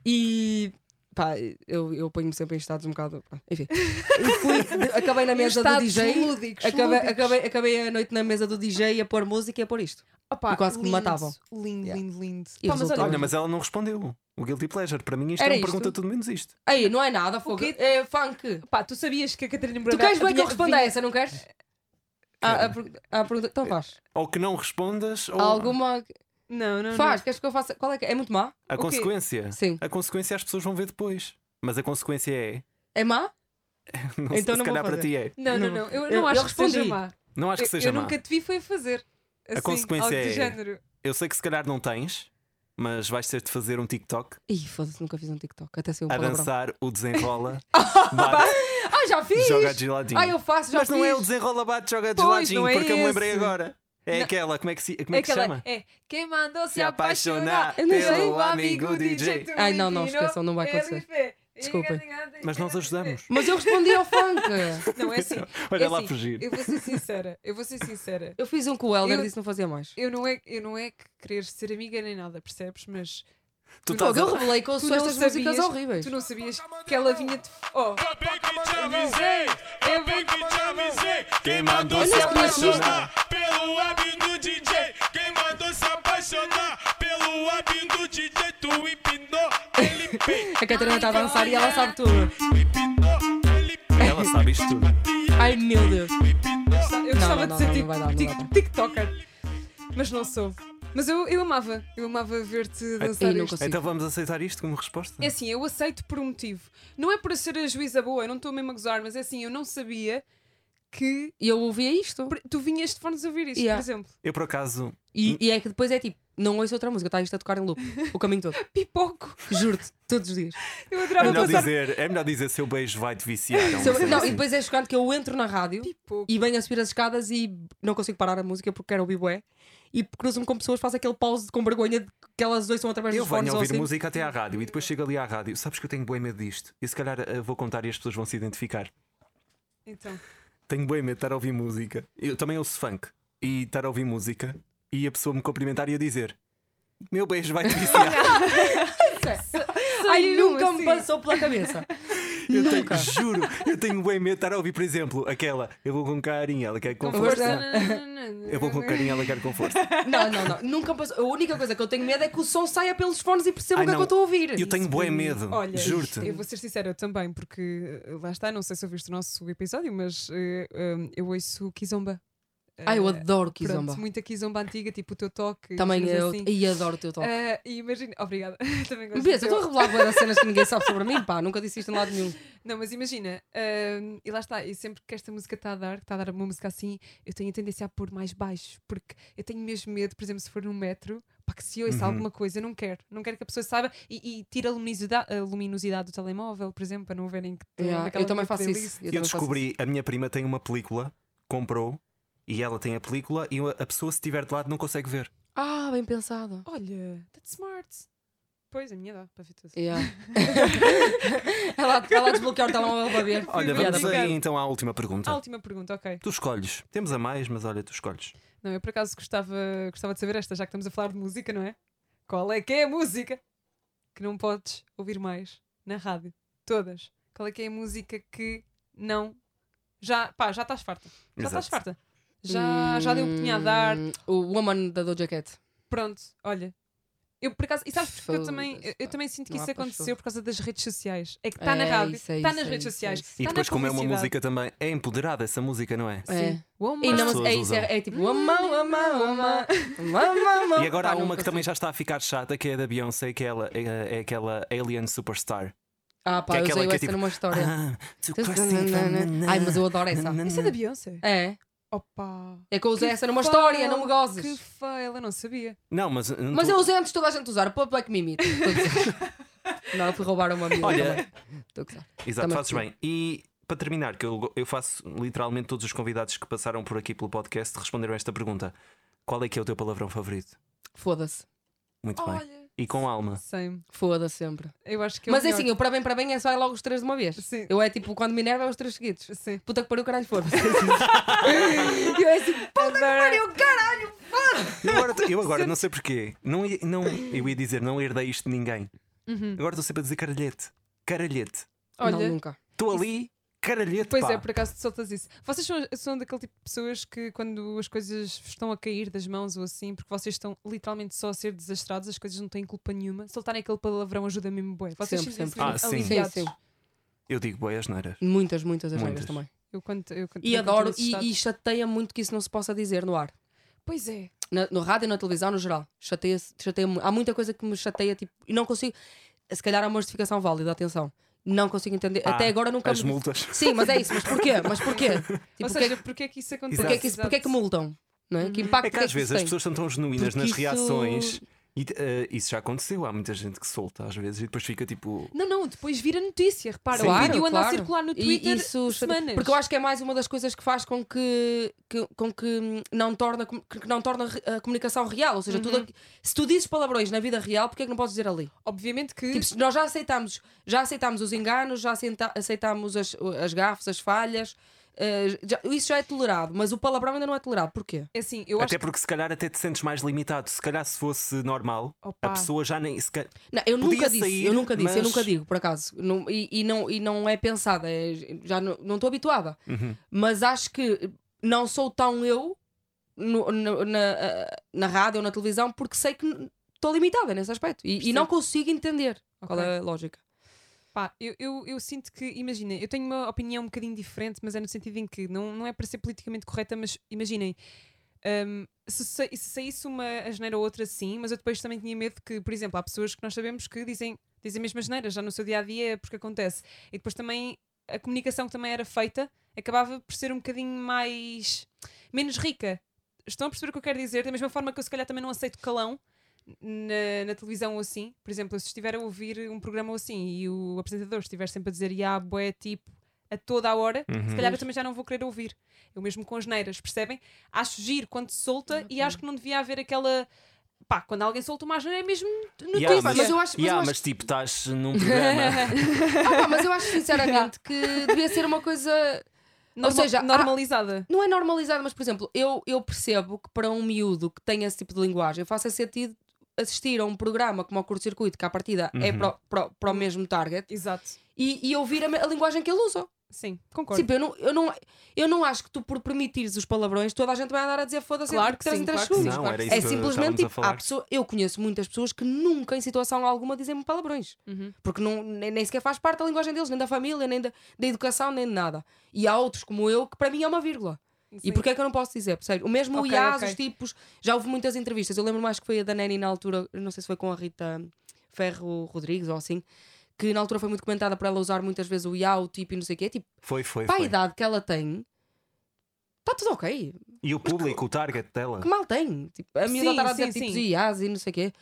[SPEAKER 3] e. Pá, eu, eu ponho-me sempre em estados um bocado. pá, Enfim. E fui- de- acabei na mesa do
[SPEAKER 2] estados
[SPEAKER 3] DJ.
[SPEAKER 2] lúdicos,
[SPEAKER 3] acabei,
[SPEAKER 2] lúdicos.
[SPEAKER 3] Acabei, acabei a noite na mesa do DJ a pôr música e a pôr isto.
[SPEAKER 2] Opa,
[SPEAKER 3] E quase que me
[SPEAKER 2] lindo,
[SPEAKER 3] matavam.
[SPEAKER 2] Lindo,
[SPEAKER 3] Yeah.
[SPEAKER 2] lindo, lindo.
[SPEAKER 3] E
[SPEAKER 2] Pá, mas
[SPEAKER 3] resultou.
[SPEAKER 1] Olha, mas ela não respondeu. O Guilty Pleasure, para mim isto
[SPEAKER 3] Era
[SPEAKER 1] é uma
[SPEAKER 3] isto?
[SPEAKER 1] pergunta tudo menos isto.
[SPEAKER 3] Aí, não é nada, fogo.
[SPEAKER 2] quê?
[SPEAKER 3] É funk.
[SPEAKER 2] Pá, tu sabias que a Catarina
[SPEAKER 3] Tu
[SPEAKER 2] Moreira.
[SPEAKER 3] queres bem que eu
[SPEAKER 2] vinha-
[SPEAKER 3] responda a
[SPEAKER 2] vinha-
[SPEAKER 3] essa, não queres? Há, há per- há pergunta. Então faz.
[SPEAKER 1] Ou que não respondas, ou
[SPEAKER 3] Há alguma.
[SPEAKER 2] Não, não.
[SPEAKER 3] Faz, queres que eu faça? Qual é que é? É muito má?
[SPEAKER 1] a
[SPEAKER 2] o quê?
[SPEAKER 1] consequência.
[SPEAKER 3] Sim.
[SPEAKER 1] A consequência é as pessoas vão ver depois. Mas a consequência é.
[SPEAKER 3] É má?
[SPEAKER 1] Não,
[SPEAKER 3] Então
[SPEAKER 1] se
[SPEAKER 3] não vou
[SPEAKER 1] calhar para
[SPEAKER 3] fazer.
[SPEAKER 1] ti é.
[SPEAKER 2] Não, não,
[SPEAKER 3] Não.
[SPEAKER 2] não. Eu
[SPEAKER 3] Eu-
[SPEAKER 2] não
[SPEAKER 3] eu
[SPEAKER 2] acho que seja
[SPEAKER 3] respondi.
[SPEAKER 2] má.
[SPEAKER 1] Não acho que
[SPEAKER 2] Eu-
[SPEAKER 1] seja
[SPEAKER 2] eu
[SPEAKER 1] má.
[SPEAKER 2] nunca te vi foi fazer. Assim,
[SPEAKER 1] consequência
[SPEAKER 2] algo do
[SPEAKER 1] é-
[SPEAKER 2] género.
[SPEAKER 1] Eu sei que se calhar não tens, mas vais ter de fazer um TikTok
[SPEAKER 3] Ih, foda-se, nunca fiz um TikTok. Até sei um
[SPEAKER 1] a
[SPEAKER 3] palavrão.
[SPEAKER 1] dançar o desenrola. bate,
[SPEAKER 3] Ah, já fiz!
[SPEAKER 1] joga de geladinho.
[SPEAKER 3] Ah, eu faço, já
[SPEAKER 1] mas
[SPEAKER 3] fiz.
[SPEAKER 1] não é o desenrola, bate, joga de
[SPEAKER 2] Pois,
[SPEAKER 1] geladinho,
[SPEAKER 2] não é
[SPEAKER 1] porque eu me lembrei
[SPEAKER 2] esse.
[SPEAKER 1] agora. É
[SPEAKER 2] Não.
[SPEAKER 1] aquela, como é que se, como é que se
[SPEAKER 2] Aquela-
[SPEAKER 1] chama?
[SPEAKER 2] É, quem mandou se,
[SPEAKER 1] Se apaixonar
[SPEAKER 2] apaixonar
[SPEAKER 3] Eu não sei.
[SPEAKER 2] pelo
[SPEAKER 1] amigo
[SPEAKER 2] amigo
[SPEAKER 1] DJ.
[SPEAKER 2] DJ.
[SPEAKER 3] Ai, não, não,
[SPEAKER 2] Turino,
[SPEAKER 3] esqueçam, não vai
[SPEAKER 2] ele
[SPEAKER 3] acontecer.
[SPEAKER 2] fez.
[SPEAKER 3] Desculpem.
[SPEAKER 1] Mas nós ajudamos.
[SPEAKER 3] é- Mas eu respondi ao funk.
[SPEAKER 2] Não, é assim.
[SPEAKER 1] Olha
[SPEAKER 2] é
[SPEAKER 1] lá
[SPEAKER 2] assim,
[SPEAKER 1] fugir.
[SPEAKER 2] Eu vou ser sincera. Eu vou ser sincera.
[SPEAKER 3] Eu fiz um com o Helder
[SPEAKER 2] Eu-
[SPEAKER 3] e disse não fazia mais.
[SPEAKER 2] Eu não, é, eu não é que querer ser amiga nem nada, percebes? Mas
[SPEAKER 1] Tu
[SPEAKER 3] Fogo,
[SPEAKER 1] estás
[SPEAKER 3] eu
[SPEAKER 1] a...
[SPEAKER 3] revelei que eu
[SPEAKER 2] tu
[SPEAKER 3] sou
[SPEAKER 2] não
[SPEAKER 3] estas
[SPEAKER 2] sabias,
[SPEAKER 3] músicas horríveis.
[SPEAKER 2] tu não sabias que ela vinha de. Oh, eu avisei! Eu vi-
[SPEAKER 6] Quem mandou
[SPEAKER 3] Olha
[SPEAKER 6] se
[SPEAKER 3] esse
[SPEAKER 6] apaixonar pelo abinho DJ? Quem mandou se apaixonar pelo abinho DJ? Tu empinou, ele empinou,
[SPEAKER 3] A Catarina está a dançar e ela sabe tudo.
[SPEAKER 6] empinou, ele empinou.
[SPEAKER 1] Ela sabe isto tudo.
[SPEAKER 3] Ai meu Deus.
[SPEAKER 2] Eu gostava
[SPEAKER 3] não,
[SPEAKER 2] de ser
[SPEAKER 3] não,
[SPEAKER 2] tic-
[SPEAKER 3] não vai dar, não
[SPEAKER 2] tic-
[SPEAKER 3] vai dar.
[SPEAKER 2] TikToker, mas não sou. Mas eu, eu amava, eu amava ver-te dançar.
[SPEAKER 3] Ei, não
[SPEAKER 2] isto.
[SPEAKER 3] consigo.
[SPEAKER 1] Então vamos aceitar isto como resposta?
[SPEAKER 2] É assim, eu aceito por um motivo. Não é por eu ser a juíza boa, eu não estou mesmo a gozar, mas é assim, eu não sabia que
[SPEAKER 3] E eu ouvia isto.
[SPEAKER 2] tu vinhas de fones ouvir isto,
[SPEAKER 3] Yeah.
[SPEAKER 2] por exemplo.
[SPEAKER 1] Eu por acaso,
[SPEAKER 3] E, e é que depois é tipo, não ouço outra música, está isto a tocar em loop. O caminho todo.
[SPEAKER 2] Pipoco!
[SPEAKER 3] Juro-te, todos os dias.
[SPEAKER 2] Eu
[SPEAKER 1] é
[SPEAKER 2] adorava
[SPEAKER 1] melhor,
[SPEAKER 2] passar
[SPEAKER 1] dizer, é melhor dizer seu beijo vai te viciar. é uma
[SPEAKER 3] Se eu-
[SPEAKER 1] cena
[SPEAKER 3] não,
[SPEAKER 1] assim.
[SPEAKER 3] e depois é chocante que eu entro na rádio
[SPEAKER 2] pipoco.
[SPEAKER 3] e venho a subir as escadas e não consigo parar a música porque quero ouvir bué. E cruzo-me com pessoas, faço aquele pause com vergonha de que elas dois são através
[SPEAKER 1] Eu
[SPEAKER 3] dos fones
[SPEAKER 1] venho a
[SPEAKER 3] ou
[SPEAKER 1] ouvir
[SPEAKER 3] assim.
[SPEAKER 1] música até à rádio e depois chego ali à rádio. Sabes que eu tenho boi medo disto. E se calhar eh, vou contar e as pessoas vão se identificar.
[SPEAKER 2] Então,
[SPEAKER 1] Tenho boi medo de estar a ouvir música. Eu também ouço funk. E estar a ouvir música e a pessoa me cumprimentar e eu dizer: Meu beijo vai te viciar.
[SPEAKER 3] Ai,
[SPEAKER 2] Saiu
[SPEAKER 3] nunca me
[SPEAKER 2] assim.
[SPEAKER 3] passou pela cabeça.
[SPEAKER 1] eu tenho,
[SPEAKER 3] Nunca.
[SPEAKER 1] juro, eu tenho boi medo de estar a ouvir, por exemplo, aquela. Eu vou com carinho, ela quer com
[SPEAKER 3] Com força.
[SPEAKER 1] força. Eu vou com carinho, ela quer com força.
[SPEAKER 3] Não, não, não. Nunca me passou. A única coisa que eu tenho medo é que o som saia pelos fones e perceba
[SPEAKER 1] Ai,
[SPEAKER 3] o que é
[SPEAKER 1] não.
[SPEAKER 3] que eu estou a ouvir.
[SPEAKER 1] Eu tenho boi medo.
[SPEAKER 2] Olha,
[SPEAKER 1] Juro-te.
[SPEAKER 2] eu vou ser sincera, eu também, porque eh, lá está, não sei se ouviste o nosso episódio, mas eh, eh, eu ouço Kizomba.
[SPEAKER 3] Ai, Ah, eu
[SPEAKER 2] Eh,
[SPEAKER 3] adoro
[SPEAKER 2] Pronto,
[SPEAKER 3] Kizomba.
[SPEAKER 2] muita Kizomba antiga, tipo o teu toque.
[SPEAKER 3] Também
[SPEAKER 2] cenas
[SPEAKER 3] eu
[SPEAKER 2] assim.
[SPEAKER 3] e adoro o teu toque.
[SPEAKER 2] Eh, e imagina, obrigada. Também gosto. do
[SPEAKER 3] Beleza, É, eu estou
[SPEAKER 2] teu.
[SPEAKER 3] a revelar bué das cenas que ninguém sabe sobre mim, pá. Nunca disse isto em lado nenhum.
[SPEAKER 2] Não, mas imagina, hum, e lá está, e sempre que esta música está a dar, que está a dar uma música assim, eu tenho a tendência a pôr mais baixo, porque eu tenho mesmo medo, por exemplo, se for num metro, pá, que se ouça
[SPEAKER 1] Uhum.
[SPEAKER 2] alguma coisa, eu não quero, não quero que a pessoa saiba e, e tira a luminosidade, a luminosidade do telemóvel, por exemplo, para não verem que estou
[SPEAKER 3] Yeah,
[SPEAKER 2] naquela
[SPEAKER 3] eu também
[SPEAKER 2] minha
[SPEAKER 3] faço
[SPEAKER 2] playlist.
[SPEAKER 3] isso.
[SPEAKER 1] Eu,
[SPEAKER 3] também faço
[SPEAKER 1] descobri, a minha prima tem uma película, comprou, e ela tem a película, e a pessoa, se estiver de lado, não consegue ver.
[SPEAKER 3] isso. Ah, bem pensado.
[SPEAKER 2] Olha, that's smart. Pois, a minha dá, para ver tudo.
[SPEAKER 3] Yeah. ela, ela desbloqueou o telemóvel para ver.
[SPEAKER 1] Olha,
[SPEAKER 3] Piada.
[SPEAKER 1] vamos aí então à última pergunta.
[SPEAKER 2] A última pergunta, ok.
[SPEAKER 1] Tu escolhes. Temos a mais, mas olha, tu escolhes.
[SPEAKER 2] Não, eu por acaso gostava, gostava de saber esta, já que estamos a falar de música, não é? Qual é que é a música que não podes ouvir mais na rádio? Todas. Qual é que é a música que não. Já, pá, já estás farta. Já
[SPEAKER 1] Exato.
[SPEAKER 2] estás farta. Já, já deu o que tinha a dar.
[SPEAKER 3] Hum, O Woman da Doja Cat.
[SPEAKER 2] Pronto, olha. Eu por acaso, e sabes porque eu
[SPEAKER 3] Foda-se,
[SPEAKER 2] também, eu, eu
[SPEAKER 3] pá.
[SPEAKER 2] também sinto que
[SPEAKER 3] Não há
[SPEAKER 2] isso
[SPEAKER 3] para
[SPEAKER 2] aconteceu
[SPEAKER 3] foda.
[SPEAKER 2] por causa das redes sociais. É que está na
[SPEAKER 3] É,
[SPEAKER 2] rádio,
[SPEAKER 3] isso é
[SPEAKER 2] está
[SPEAKER 3] isso,
[SPEAKER 2] nas
[SPEAKER 3] é
[SPEAKER 2] redes
[SPEAKER 3] isso, é
[SPEAKER 2] sociais.
[SPEAKER 3] isso.
[SPEAKER 1] E
[SPEAKER 2] tá na
[SPEAKER 1] depois, como é uma
[SPEAKER 2] publicidade.
[SPEAKER 1] música também, é empoderada essa música, não é?
[SPEAKER 3] É.
[SPEAKER 2] Sim. Woman.
[SPEAKER 3] E não, mas
[SPEAKER 1] pessoas
[SPEAKER 3] é isso,
[SPEAKER 1] usam.
[SPEAKER 3] é, é tipo Woman, Woman, Woman. Woman, Woman.
[SPEAKER 1] E agora
[SPEAKER 3] Pá,
[SPEAKER 1] há
[SPEAKER 3] Ah, não
[SPEAKER 1] uma que
[SPEAKER 3] consigo.
[SPEAKER 1] também já está a ficar chata, que é a da Beyoncé, que é, ela, é, é aquela Alien Superstar.
[SPEAKER 3] Ah, pá,
[SPEAKER 1] que é
[SPEAKER 3] eu
[SPEAKER 1] aquela
[SPEAKER 3] usei
[SPEAKER 1] que é
[SPEAKER 3] essa
[SPEAKER 1] tipo,
[SPEAKER 3] numa história.
[SPEAKER 1] Ah, too classy for na-
[SPEAKER 3] Ai, mas eu adoro essa.
[SPEAKER 1] na- na-
[SPEAKER 2] Isso é da Beyoncé.
[SPEAKER 3] É.
[SPEAKER 2] Opa!
[SPEAKER 3] É que eu usei
[SPEAKER 2] Que
[SPEAKER 3] essa numa
[SPEAKER 2] fail,
[SPEAKER 3] história, não me
[SPEAKER 2] Que
[SPEAKER 3] gozes.
[SPEAKER 2] fail, eu não sabia.
[SPEAKER 1] Não, mas. eh,
[SPEAKER 3] Mas eu usei antes de toda a gente usar. Pô, Black Mimi. Tô a gozar. Não, eu fui roubar uma minha.
[SPEAKER 1] Olha.
[SPEAKER 3] Estou a gozar.
[SPEAKER 1] Exato,
[SPEAKER 3] Também
[SPEAKER 1] fazes
[SPEAKER 3] fui.
[SPEAKER 1] bem. E para terminar, que eu, eu faço literalmente todos os convidados que passaram por aqui pelo podcast responderam esta pergunta: Qual é que é o teu palavrão favorito?
[SPEAKER 3] Foda-se.
[SPEAKER 1] Muito bem.
[SPEAKER 2] Olha!
[SPEAKER 1] E com alma.
[SPEAKER 2] Same.
[SPEAKER 3] Foda-se sempre.
[SPEAKER 2] Eu acho que é o
[SPEAKER 3] Mas é
[SPEAKER 2] melhor.
[SPEAKER 3] assim, eu para bem, para bem é só ir logo os três de uma vez.
[SPEAKER 2] Sim.
[SPEAKER 3] Eu é tipo, quando me enerva é os três seguidos.
[SPEAKER 2] Sim.
[SPEAKER 3] Puta que pariu, caralho, foda-se. eu é assim, puta que pariu, caralho.
[SPEAKER 1] Eu agora, eu agora não sei porquê. Não, ia- não, eu ia dizer, não herdei isto de ninguém.
[SPEAKER 2] Uhum.
[SPEAKER 1] Agora estou sempre a dizer caralhete. Caralhete.
[SPEAKER 2] Olha,
[SPEAKER 3] Não, nunca.
[SPEAKER 1] Estou ali, caralhete.
[SPEAKER 2] pois
[SPEAKER 1] pá.
[SPEAKER 2] é, por acaso tu soltas isso. Vocês são, são daquele tipo de pessoas que, quando as coisas vos estão a cair das mãos ou assim, porque vocês estão literalmente só a ser desastrados, as coisas não têm culpa nenhuma, soltarem aquele palavrão ajuda mesmo bué. Vocês
[SPEAKER 3] Sempre,
[SPEAKER 2] sentem-se
[SPEAKER 3] sempre.
[SPEAKER 2] mesmo
[SPEAKER 1] Ah, sim.
[SPEAKER 2] aliviados.
[SPEAKER 3] Sim, sim.
[SPEAKER 1] Eu digo boias neiras.
[SPEAKER 3] Muitas, muitas as
[SPEAKER 1] Muitas.
[SPEAKER 3] neiras também.
[SPEAKER 2] Eu quando, eu quando
[SPEAKER 3] E
[SPEAKER 2] também quando
[SPEAKER 3] adoro,
[SPEAKER 2] estou nesse
[SPEAKER 3] e, e
[SPEAKER 2] estado-
[SPEAKER 3] chateia muito que isso não se possa dizer no ar.
[SPEAKER 2] Pois é.
[SPEAKER 3] Na- no rádio e na televisão, no geral. Chateia, chateia Há muita coisa que me chateia, tipo, e não consigo. Se calhar há uma justificação válida, atenção. Não consigo entender.
[SPEAKER 1] Ah,
[SPEAKER 3] Até agora nunca.
[SPEAKER 1] As
[SPEAKER 3] me-
[SPEAKER 1] multas.
[SPEAKER 3] Sim, mas é isso. Mas porquê? Mas porquê? Tipo,
[SPEAKER 2] Ou
[SPEAKER 3] porquê,
[SPEAKER 2] seja, porque é que isso acontece?
[SPEAKER 3] porquê, que, isso- porquê é que multam? Não é? Que impacto
[SPEAKER 1] É que
[SPEAKER 3] é que
[SPEAKER 1] às
[SPEAKER 3] isso
[SPEAKER 1] vezes as
[SPEAKER 3] tem?
[SPEAKER 1] pessoas são tão genuínas
[SPEAKER 3] Porque
[SPEAKER 1] nas
[SPEAKER 3] isso-
[SPEAKER 1] reações e eh, isso já aconteceu. Há muita gente que solta às vezes e depois fica tipo.
[SPEAKER 2] Não, não, depois vira notícia, repara.
[SPEAKER 1] Sim.
[SPEAKER 2] o
[SPEAKER 1] Claro,
[SPEAKER 2] vídeo anda a
[SPEAKER 3] claro.
[SPEAKER 2] circular no
[SPEAKER 3] E
[SPEAKER 2] Twitter
[SPEAKER 3] isso chateia-
[SPEAKER 2] semanas.
[SPEAKER 3] Porque eu acho que é mais uma das coisas que faz com que, que- com que hum, não torna, que não torna re- a comunicação real. Ou seja, tudo
[SPEAKER 2] Uhum.
[SPEAKER 3] aqui- se tu dizes palavrões na vida real, porquê é que não podes dizer ali?
[SPEAKER 2] Obviamente que.
[SPEAKER 3] Tipo, se nós já aceitamos, já aceitamos os enganos, já aceita- aceitamos as, as gafes, as falhas. eh, já- isso já é tolerado, mas o palavrão ainda não é tolerado. Porquê?
[SPEAKER 2] é assim, eu acho
[SPEAKER 1] Até porque se calhar até te sentes mais limitado. Se calhar se fosse normal,
[SPEAKER 2] Opa.
[SPEAKER 1] a pessoa já nem. Se calhar,
[SPEAKER 3] Não, eu
[SPEAKER 1] Podia
[SPEAKER 3] nunca disse,
[SPEAKER 1] sair,
[SPEAKER 3] eu nunca disse, eu
[SPEAKER 1] mas-
[SPEAKER 3] nunca digo, por acaso. Não- e, e não, e não é pensada, é- já não não estou habituada. Mas acho que não sou tão eu no- no- na, eh, na rádio ou na televisão porque sei que estou limitada nesse aspecto e, e
[SPEAKER 2] Percebo.
[SPEAKER 3] não consigo entender qual
[SPEAKER 2] Ok.
[SPEAKER 3] é a lógica.
[SPEAKER 2] Pá, eu, eu, eu sinto que, imaginem, eu tenho uma opinião um bocadinho diferente, mas é no sentido em que não, não é para ser politicamente correta, mas imaginem, hum, se, sa- se saísse uma asneira ou outra, sim, mas eu depois também tinha medo que, por exemplo, há pessoas que nós sabemos que dizem, dizem mesmo asneira, já no seu dia a dia, porque acontece. E depois também a comunicação que também era feita acabava por ser um bocadinho mais. menos rica. Estão a perceber o que eu quero dizer? Da mesma forma que eu, se calhar, também não aceito calão na, na televisão ou assim, por exemplo, se estiver a ouvir um programa ou assim e o apresentador estiver sempre a dizer "Ya, bué, tipo, a toda a hora,
[SPEAKER 3] Uhum.
[SPEAKER 2] se calhar eu também já não vou querer ouvir. Eu mesmo com as neiras, percebem? Acho giro quando se solta e acho que não devia haver aquela. Pá, quando alguém solta uma asneira é mesmo notícia.
[SPEAKER 1] Yeah,
[SPEAKER 3] mas- mas eu acho- mas
[SPEAKER 1] yeah,
[SPEAKER 3] eu acho-
[SPEAKER 1] mas tipo, estás num programa.
[SPEAKER 3] Ah, pá, mas eu acho sinceramente que devia ser uma coisa
[SPEAKER 2] Norma-
[SPEAKER 3] seja, há-
[SPEAKER 2] normalizada.
[SPEAKER 3] não é normalizado, mas por exemplo, eu, eu percebo que para um miúdo que tem esse tipo de linguagem faça sentido assistir a um programa como o Curto Circuito, que à partida é para o- para o- para o mesmo target,
[SPEAKER 2] Exato.
[SPEAKER 3] e, e ouvir a, me- a linguagem que ele usa.
[SPEAKER 2] Sim, concordo.
[SPEAKER 3] Sim, Tipo, eu, não, eu, não, eu não acho que tu, por permitires os palavrões, toda a gente vai andar a dizer foda-se
[SPEAKER 2] Claro
[SPEAKER 3] entre
[SPEAKER 2] que
[SPEAKER 3] três
[SPEAKER 2] sim,
[SPEAKER 3] em três
[SPEAKER 2] claro que sim.
[SPEAKER 3] segundos.
[SPEAKER 1] Não,
[SPEAKER 2] claro
[SPEAKER 1] era
[SPEAKER 2] que
[SPEAKER 1] isso
[SPEAKER 3] É
[SPEAKER 1] que
[SPEAKER 3] simplesmente
[SPEAKER 1] estávamos a
[SPEAKER 3] tipo, há
[SPEAKER 1] falar.
[SPEAKER 3] pessoa, eu conheço muitas pessoas que nunca em situação alguma dizem-me palavrões,
[SPEAKER 2] Uhum.
[SPEAKER 3] porque não, nem, nem sequer faz parte da linguagem deles, nem da família, nem da, da educação, nem de nada. E há outros como eu que para mim é uma vírgula.
[SPEAKER 2] Sim.
[SPEAKER 3] E porquê é que eu não posso dizer? Percebes? O mesmo
[SPEAKER 2] Ok,
[SPEAKER 3] o IAS,
[SPEAKER 2] ok.
[SPEAKER 3] os tipos, já houve muitas entrevistas. Eu lembro mais que foi a da Neni na altura, não sei se foi com a Rita Ferro Rodrigues ou assim, que na altura foi muito comentada por ela usar muitas vezes o IA, o tipo e não sei o quê. Tipo,
[SPEAKER 1] Foi, foi,
[SPEAKER 3] para a
[SPEAKER 1] foi.
[SPEAKER 3] idade que ela tem, está tudo ok.
[SPEAKER 1] E o público, o target dela.
[SPEAKER 3] Que mal tem? Tipo, a miúda
[SPEAKER 2] Sim,
[SPEAKER 3] estar a
[SPEAKER 2] sim,
[SPEAKER 3] dizer tipos
[SPEAKER 2] sim.
[SPEAKER 3] e as e não sei o quê.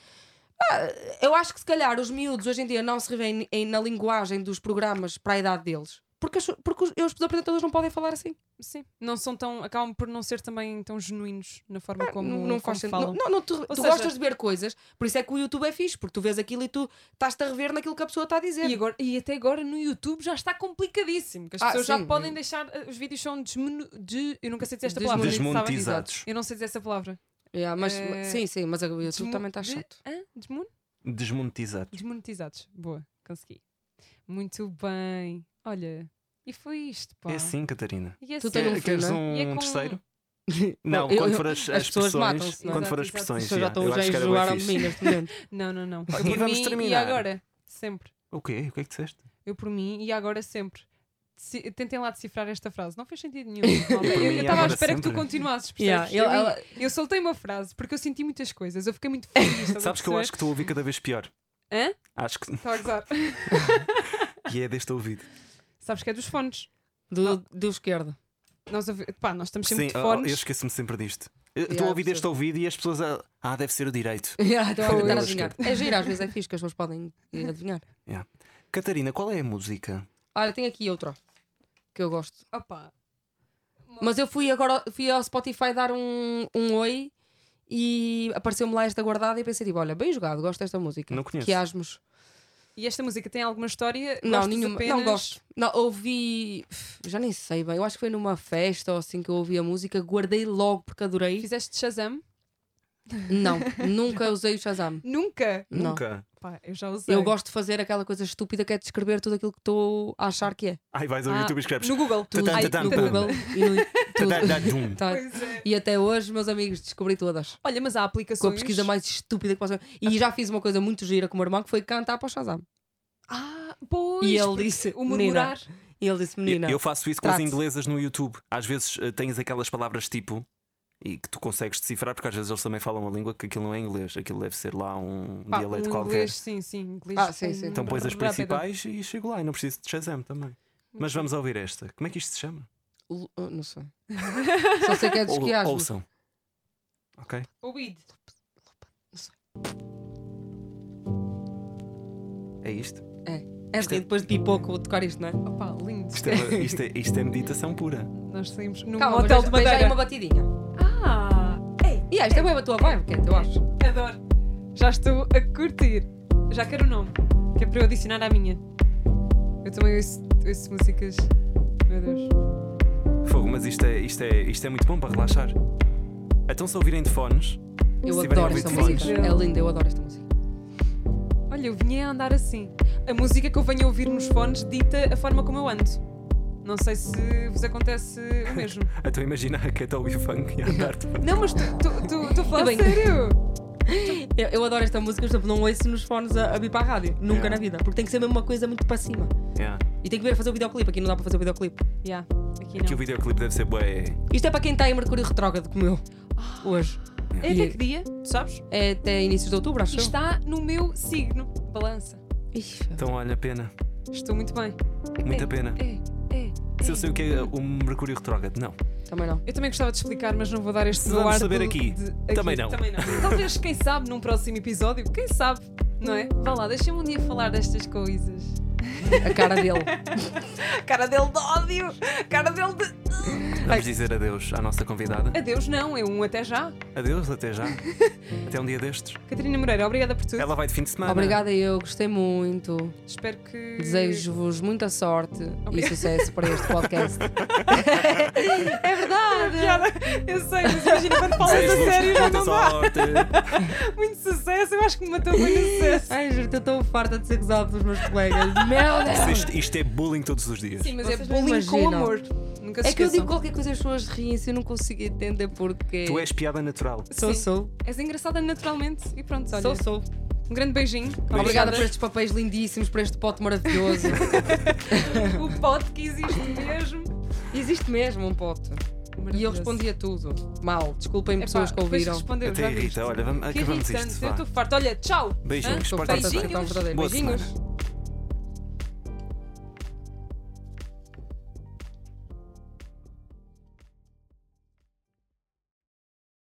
[SPEAKER 3] Ah, eu acho que se calhar os miúdos hoje em dia não se revêem em- na linguagem dos programas para a idade deles. Porque, as- porque os, os apresentadores não podem falar assim.
[SPEAKER 2] Sim. Não são tão. acabam por não ser também tão genuínos na forma como,
[SPEAKER 3] Ah, não,
[SPEAKER 2] como
[SPEAKER 3] não faz sentido.
[SPEAKER 2] falam.
[SPEAKER 3] Não, não, tu, tu
[SPEAKER 2] seja-
[SPEAKER 3] gostas de ver coisas, por isso é que o YouTube é fixe, porque tu vês aquilo e tu estás-te a rever naquilo que a pessoa está a dizer.
[SPEAKER 2] E, agora- e até agora no YouTube já está complicadíssimo, que as
[SPEAKER 3] Ah,
[SPEAKER 2] pessoas
[SPEAKER 3] sim.
[SPEAKER 2] já podem deixar. eh, Os vídeos são desmenu, de, eu nunca sei dizer esta palavra.
[SPEAKER 3] Desmonetizados.
[SPEAKER 1] Desmonetizados.
[SPEAKER 2] Eu não sei dizer essa palavra.
[SPEAKER 3] Yeah, mas,
[SPEAKER 2] Eh,
[SPEAKER 3] Sim, sim, mas o YouTube
[SPEAKER 2] Desmo-
[SPEAKER 3] também está
[SPEAKER 2] de-
[SPEAKER 3] chato.
[SPEAKER 2] hã? Desmon-
[SPEAKER 1] Desmonetizados.
[SPEAKER 2] Desmonetizados. Boa, consegui. Muito bem. Olha, e foi isto, pá.
[SPEAKER 1] É assim, Catarina.
[SPEAKER 2] E é
[SPEAKER 3] Tu
[SPEAKER 2] assim.
[SPEAKER 3] tens um
[SPEAKER 1] Quer-
[SPEAKER 3] filho,
[SPEAKER 1] Queres
[SPEAKER 3] não
[SPEAKER 1] um
[SPEAKER 2] E é com-
[SPEAKER 1] terceiro? Não,
[SPEAKER 3] Eu-
[SPEAKER 1] quando
[SPEAKER 3] eu-
[SPEAKER 1] for as,
[SPEAKER 3] as
[SPEAKER 1] as
[SPEAKER 3] pessoas
[SPEAKER 1] pressões.
[SPEAKER 3] matam-se, não é?
[SPEAKER 1] Quando for as
[SPEAKER 2] Exato,
[SPEAKER 3] As
[SPEAKER 1] pressões.
[SPEAKER 3] pessoas já
[SPEAKER 1] yeah,
[SPEAKER 3] estão
[SPEAKER 1] eu
[SPEAKER 3] já
[SPEAKER 1] acho que era bué
[SPEAKER 3] enjoaram de
[SPEAKER 1] fixe.
[SPEAKER 3] mim neste momento.
[SPEAKER 2] Não, não, não.
[SPEAKER 1] E
[SPEAKER 2] Eu por
[SPEAKER 1] vamos
[SPEAKER 2] mim e
[SPEAKER 1] terminar.
[SPEAKER 2] agora? Sempre.
[SPEAKER 1] O quê? O que é que disseste?
[SPEAKER 2] Eu por mim e agora sempre. Se- tentem lá decifrar esta frase. Não fez sentido nenhum. malta.
[SPEAKER 1] por
[SPEAKER 2] Eu-
[SPEAKER 1] mim,
[SPEAKER 2] Eu estava à
[SPEAKER 1] agora
[SPEAKER 2] espera que tu
[SPEAKER 1] sempre.
[SPEAKER 2] continuasses,
[SPEAKER 3] Yeah,
[SPEAKER 2] percebes?
[SPEAKER 3] eu-
[SPEAKER 2] Eu-
[SPEAKER 3] ela-
[SPEAKER 2] Eu soltei uma frase porque eu senti muitas coisas. Eu fiquei muito feliz. estás a
[SPEAKER 1] Sabes que eu
[SPEAKER 2] perceber?
[SPEAKER 1] acho que estou a ouvir cada vez pior.
[SPEAKER 2] Hã?
[SPEAKER 1] Acho que,
[SPEAKER 2] Estava a gozar.
[SPEAKER 1] que é deste ouvido.
[SPEAKER 2] Sabes que é dos fones.
[SPEAKER 3] Do, do esquerdo.
[SPEAKER 2] Nós, ouvi- pá, nós estamos sempre
[SPEAKER 1] Sim,
[SPEAKER 2] de
[SPEAKER 1] oh,
[SPEAKER 2] fones.
[SPEAKER 1] eu esqueço-me sempre disto. Eu Estou
[SPEAKER 3] Yeah,
[SPEAKER 1] a ouvir
[SPEAKER 3] percebo.
[SPEAKER 1] este ouvido e as pessoas. a- Ah, deve ser o direito.
[SPEAKER 3] Yeah, estão a
[SPEAKER 1] Foi
[SPEAKER 3] tentar
[SPEAKER 1] eu,
[SPEAKER 3] adivinhar. É giro, às vezes é fixe que as pessoas podem ir adivinhar.
[SPEAKER 1] Yeah. Catarina, qual é a música?
[SPEAKER 3] Olha, tem aqui outra que eu gosto.
[SPEAKER 2] Opa.
[SPEAKER 3] Mas eu fui agora fui ao Spotify dar um, um oi e apareceu-me lá esta guardada e pensei tipo, olha, bem jogado, gosto desta música.
[SPEAKER 1] Não conheço.
[SPEAKER 3] Que asmos.
[SPEAKER 2] E esta música tem alguma história?
[SPEAKER 3] Não,
[SPEAKER 2] Gostas
[SPEAKER 3] nenhuma.
[SPEAKER 2] apenas-
[SPEAKER 3] Não gosto. Não, ouvi. Já nem sei bem. Eu acho que foi numa festa ou assim que eu ouvi a música, guardei logo porque adorei.
[SPEAKER 2] Fizeste Shazam?
[SPEAKER 3] Não, nunca usei o Shazam.
[SPEAKER 2] Nunca.
[SPEAKER 3] Não.
[SPEAKER 1] Nunca.
[SPEAKER 2] Pá, eu já usei.
[SPEAKER 3] Eu gosto de fazer aquela coisa estúpida que é descrever tudo aquilo que estou a achar que é.
[SPEAKER 1] Ai, vais ao
[SPEAKER 2] Ah,
[SPEAKER 1] YouTube e escreves.
[SPEAKER 2] No Google.
[SPEAKER 3] Tudo
[SPEAKER 1] Tatam,
[SPEAKER 2] Ai,
[SPEAKER 1] tatam,
[SPEAKER 3] no
[SPEAKER 1] tatam.
[SPEAKER 3] Google e no
[SPEAKER 1] Tá,
[SPEAKER 3] tudo.
[SPEAKER 1] tá, dum.
[SPEAKER 3] Tá.
[SPEAKER 2] Pois é.
[SPEAKER 3] E até hoje, meus amigos, descobri todas.
[SPEAKER 2] Olha, mas há
[SPEAKER 3] Com a
[SPEAKER 2] aplicações.
[SPEAKER 3] pesquisa mais estúpida que posso. E já fiz uma coisa muito gira com o meu irmão que foi cantar para o Shazam.
[SPEAKER 2] Ah, pois.
[SPEAKER 3] E ele
[SPEAKER 2] porque
[SPEAKER 3] disse,
[SPEAKER 1] Um
[SPEAKER 2] O murmurar.
[SPEAKER 3] E ele disse:
[SPEAKER 1] Eu-
[SPEAKER 3] Menina,
[SPEAKER 1] Eu faço isso com as
[SPEAKER 3] trate-se.
[SPEAKER 1] inglesas no YouTube. Às vezes eh, tens aquelas palavras tipo e que tu consegues decifrar, porque às vezes eles também falam uma língua que aquilo não é inglês, aquilo deve ser lá um
[SPEAKER 2] Pá,
[SPEAKER 1] dialeto
[SPEAKER 2] um
[SPEAKER 1] qualquer.
[SPEAKER 2] inglês, sim, sim, inglês. é um
[SPEAKER 3] Ah, sim, sim.
[SPEAKER 1] Então pões as
[SPEAKER 2] rápido.
[SPEAKER 1] principais e chego lá, e não preciso de Shazam também. Mas vamos ouvir esta. Como é que isto se chama?
[SPEAKER 3] Lu- oh, não sei. Só sei que é de
[SPEAKER 1] Ou-
[SPEAKER 3] esquiagem.
[SPEAKER 1] ouçam. Ok?
[SPEAKER 2] O weed.
[SPEAKER 1] É isto.
[SPEAKER 3] É de rir depois de pipoco tocar isto, não é?
[SPEAKER 2] Opa, lindo.
[SPEAKER 1] Isto é, isto é, isto é meditação pura.
[SPEAKER 2] Nós saímos num
[SPEAKER 3] Calma,
[SPEAKER 2] hotel
[SPEAKER 3] mas
[SPEAKER 2] de
[SPEAKER 3] veja- veja aí
[SPEAKER 2] madeira.
[SPEAKER 3] uma batidinha.
[SPEAKER 2] Ah,
[SPEAKER 3] E yeah, isto é bem a tua vibe, Cat, eu acho.
[SPEAKER 2] adoro. Já estou a curtir. Já quero o nome, que é para eu adicionar à minha. Eu também ouço, ouço músicas. Meu Deus.
[SPEAKER 1] Fogo, mas isto é, isto, é, isto é muito bom para relaxar. Então, se ouvirem de fones,
[SPEAKER 3] Eu
[SPEAKER 1] Se tiverem
[SPEAKER 3] adoro esta
[SPEAKER 1] ouvido
[SPEAKER 3] música.
[SPEAKER 2] fones.
[SPEAKER 3] É linda, eu adoro esta música.
[SPEAKER 2] Olha, eu vinha a andar assim. A música que eu venho a ouvir nos fones dita a forma como eu ando. Não sei se vos acontece o mesmo.
[SPEAKER 1] então imagina a Cat a ouvir funk e a andar-te.
[SPEAKER 2] Não, mas tu, tu, tu, tu falas
[SPEAKER 3] Eu venho-
[SPEAKER 2] sério.
[SPEAKER 3] Eu, eu adoro esta música, mas tipo, não ouço nos fones a, a vir para a rádio. Nunca
[SPEAKER 1] Yeah.
[SPEAKER 3] na vida. Porque tem que ser mesmo uma coisa muito para cima.
[SPEAKER 1] Yeah.
[SPEAKER 3] E tem que ver fazer o videoclipe. Aqui não dá para fazer o videoclipe.
[SPEAKER 2] Yeah, aqui
[SPEAKER 1] Aqui o
[SPEAKER 2] não.
[SPEAKER 1] videoclipe deve ser bué.
[SPEAKER 3] Isto é para quem está em Mercúrio Retrógrado, como eu. Hoje.
[SPEAKER 2] É até que dia? Tu sabes?
[SPEAKER 3] É até inícios de outubro, acho
[SPEAKER 2] E está no meu signo. Balança.
[SPEAKER 3] eu. Ixi,
[SPEAKER 1] Então, olha, pena.
[SPEAKER 2] Estou muito bem.
[SPEAKER 1] Muita pena.
[SPEAKER 2] É, é.
[SPEAKER 1] Se eu sei o que é o Mercúrio Retrógrado, não.
[SPEAKER 3] também não.
[SPEAKER 2] Eu também gostava de explicar, mas não vou dar este
[SPEAKER 1] Se
[SPEAKER 2] meu
[SPEAKER 1] vamos
[SPEAKER 2] ar
[SPEAKER 1] saber
[SPEAKER 2] de-
[SPEAKER 1] aqui,
[SPEAKER 2] de-
[SPEAKER 1] também não.
[SPEAKER 2] Talvez, quem sabe, num próximo episódio, quem sabe, não é? Vá lá, deixa-me um dia falar destas coisas.
[SPEAKER 3] A cara dele.
[SPEAKER 2] A cara dele de ódio, a cara dele de.
[SPEAKER 1] Vamos dizer adeus à nossa convidada.
[SPEAKER 2] Adeus, não, é um até já.
[SPEAKER 1] Adeus, até já. até um dia destes.
[SPEAKER 2] Catarina Moreira, obrigada por tudo.
[SPEAKER 1] Ela vai de fim de semana.
[SPEAKER 3] Obrigada, eu gostei muito.
[SPEAKER 2] Espero que.
[SPEAKER 3] Desejo-vos muita sorte e
[SPEAKER 2] Obrigada.
[SPEAKER 3] sucesso para este podcast.
[SPEAKER 2] É verdade! Eu sei, mas imagina quando falas a
[SPEAKER 1] Desejo-vos
[SPEAKER 2] sério, já
[SPEAKER 1] muita
[SPEAKER 2] não dá
[SPEAKER 1] sorte.
[SPEAKER 2] muito sucesso. Eu acho que me matou muito sucesso.
[SPEAKER 3] Ai, juro que eu estou farta de ser gozado pelos meus colegas. Meu Deus!
[SPEAKER 1] Isto, isto é bullying todos os dias.
[SPEAKER 2] Sim, mas
[SPEAKER 3] Vocês
[SPEAKER 2] é
[SPEAKER 3] não
[SPEAKER 2] bullying com
[SPEAKER 3] imaginam.
[SPEAKER 2] amor. Nunca se
[SPEAKER 3] É que eu
[SPEAKER 2] esqueçam.
[SPEAKER 3] digo qualquer coisa e as pessoas riem se eu não consigo entender porquê.
[SPEAKER 1] Tu é- és piada natural.
[SPEAKER 3] Sou,
[SPEAKER 2] Sim.
[SPEAKER 3] sou.
[SPEAKER 2] És engraçada naturalmente e pronto, olha.
[SPEAKER 3] Sou, sou.
[SPEAKER 2] Um grande beijinho.
[SPEAKER 3] Obrigada por estes papéis lindíssimos, por este pote maravilhoso.
[SPEAKER 2] o pote que existe mesmo.
[SPEAKER 3] Existe mesmo um pote. E eu respondi a tudo. Mal. Desculpem
[SPEAKER 2] Epá,
[SPEAKER 3] pessoas que
[SPEAKER 2] depois
[SPEAKER 3] ouviram.
[SPEAKER 2] Respondeu,
[SPEAKER 1] Até
[SPEAKER 2] já viste.
[SPEAKER 1] irrita. Olha, vamos,
[SPEAKER 2] Que
[SPEAKER 1] acabamos
[SPEAKER 2] irritante,
[SPEAKER 1] isto.
[SPEAKER 2] Eu
[SPEAKER 1] vá.
[SPEAKER 2] estou farta. Olha, tchau.
[SPEAKER 1] Beijinhos.
[SPEAKER 3] Estou
[SPEAKER 1] porta-te
[SPEAKER 3] farta de ser
[SPEAKER 1] bem.
[SPEAKER 2] então,
[SPEAKER 3] tão verdadeira.
[SPEAKER 1] Boa
[SPEAKER 3] Beijinhos.
[SPEAKER 1] semana.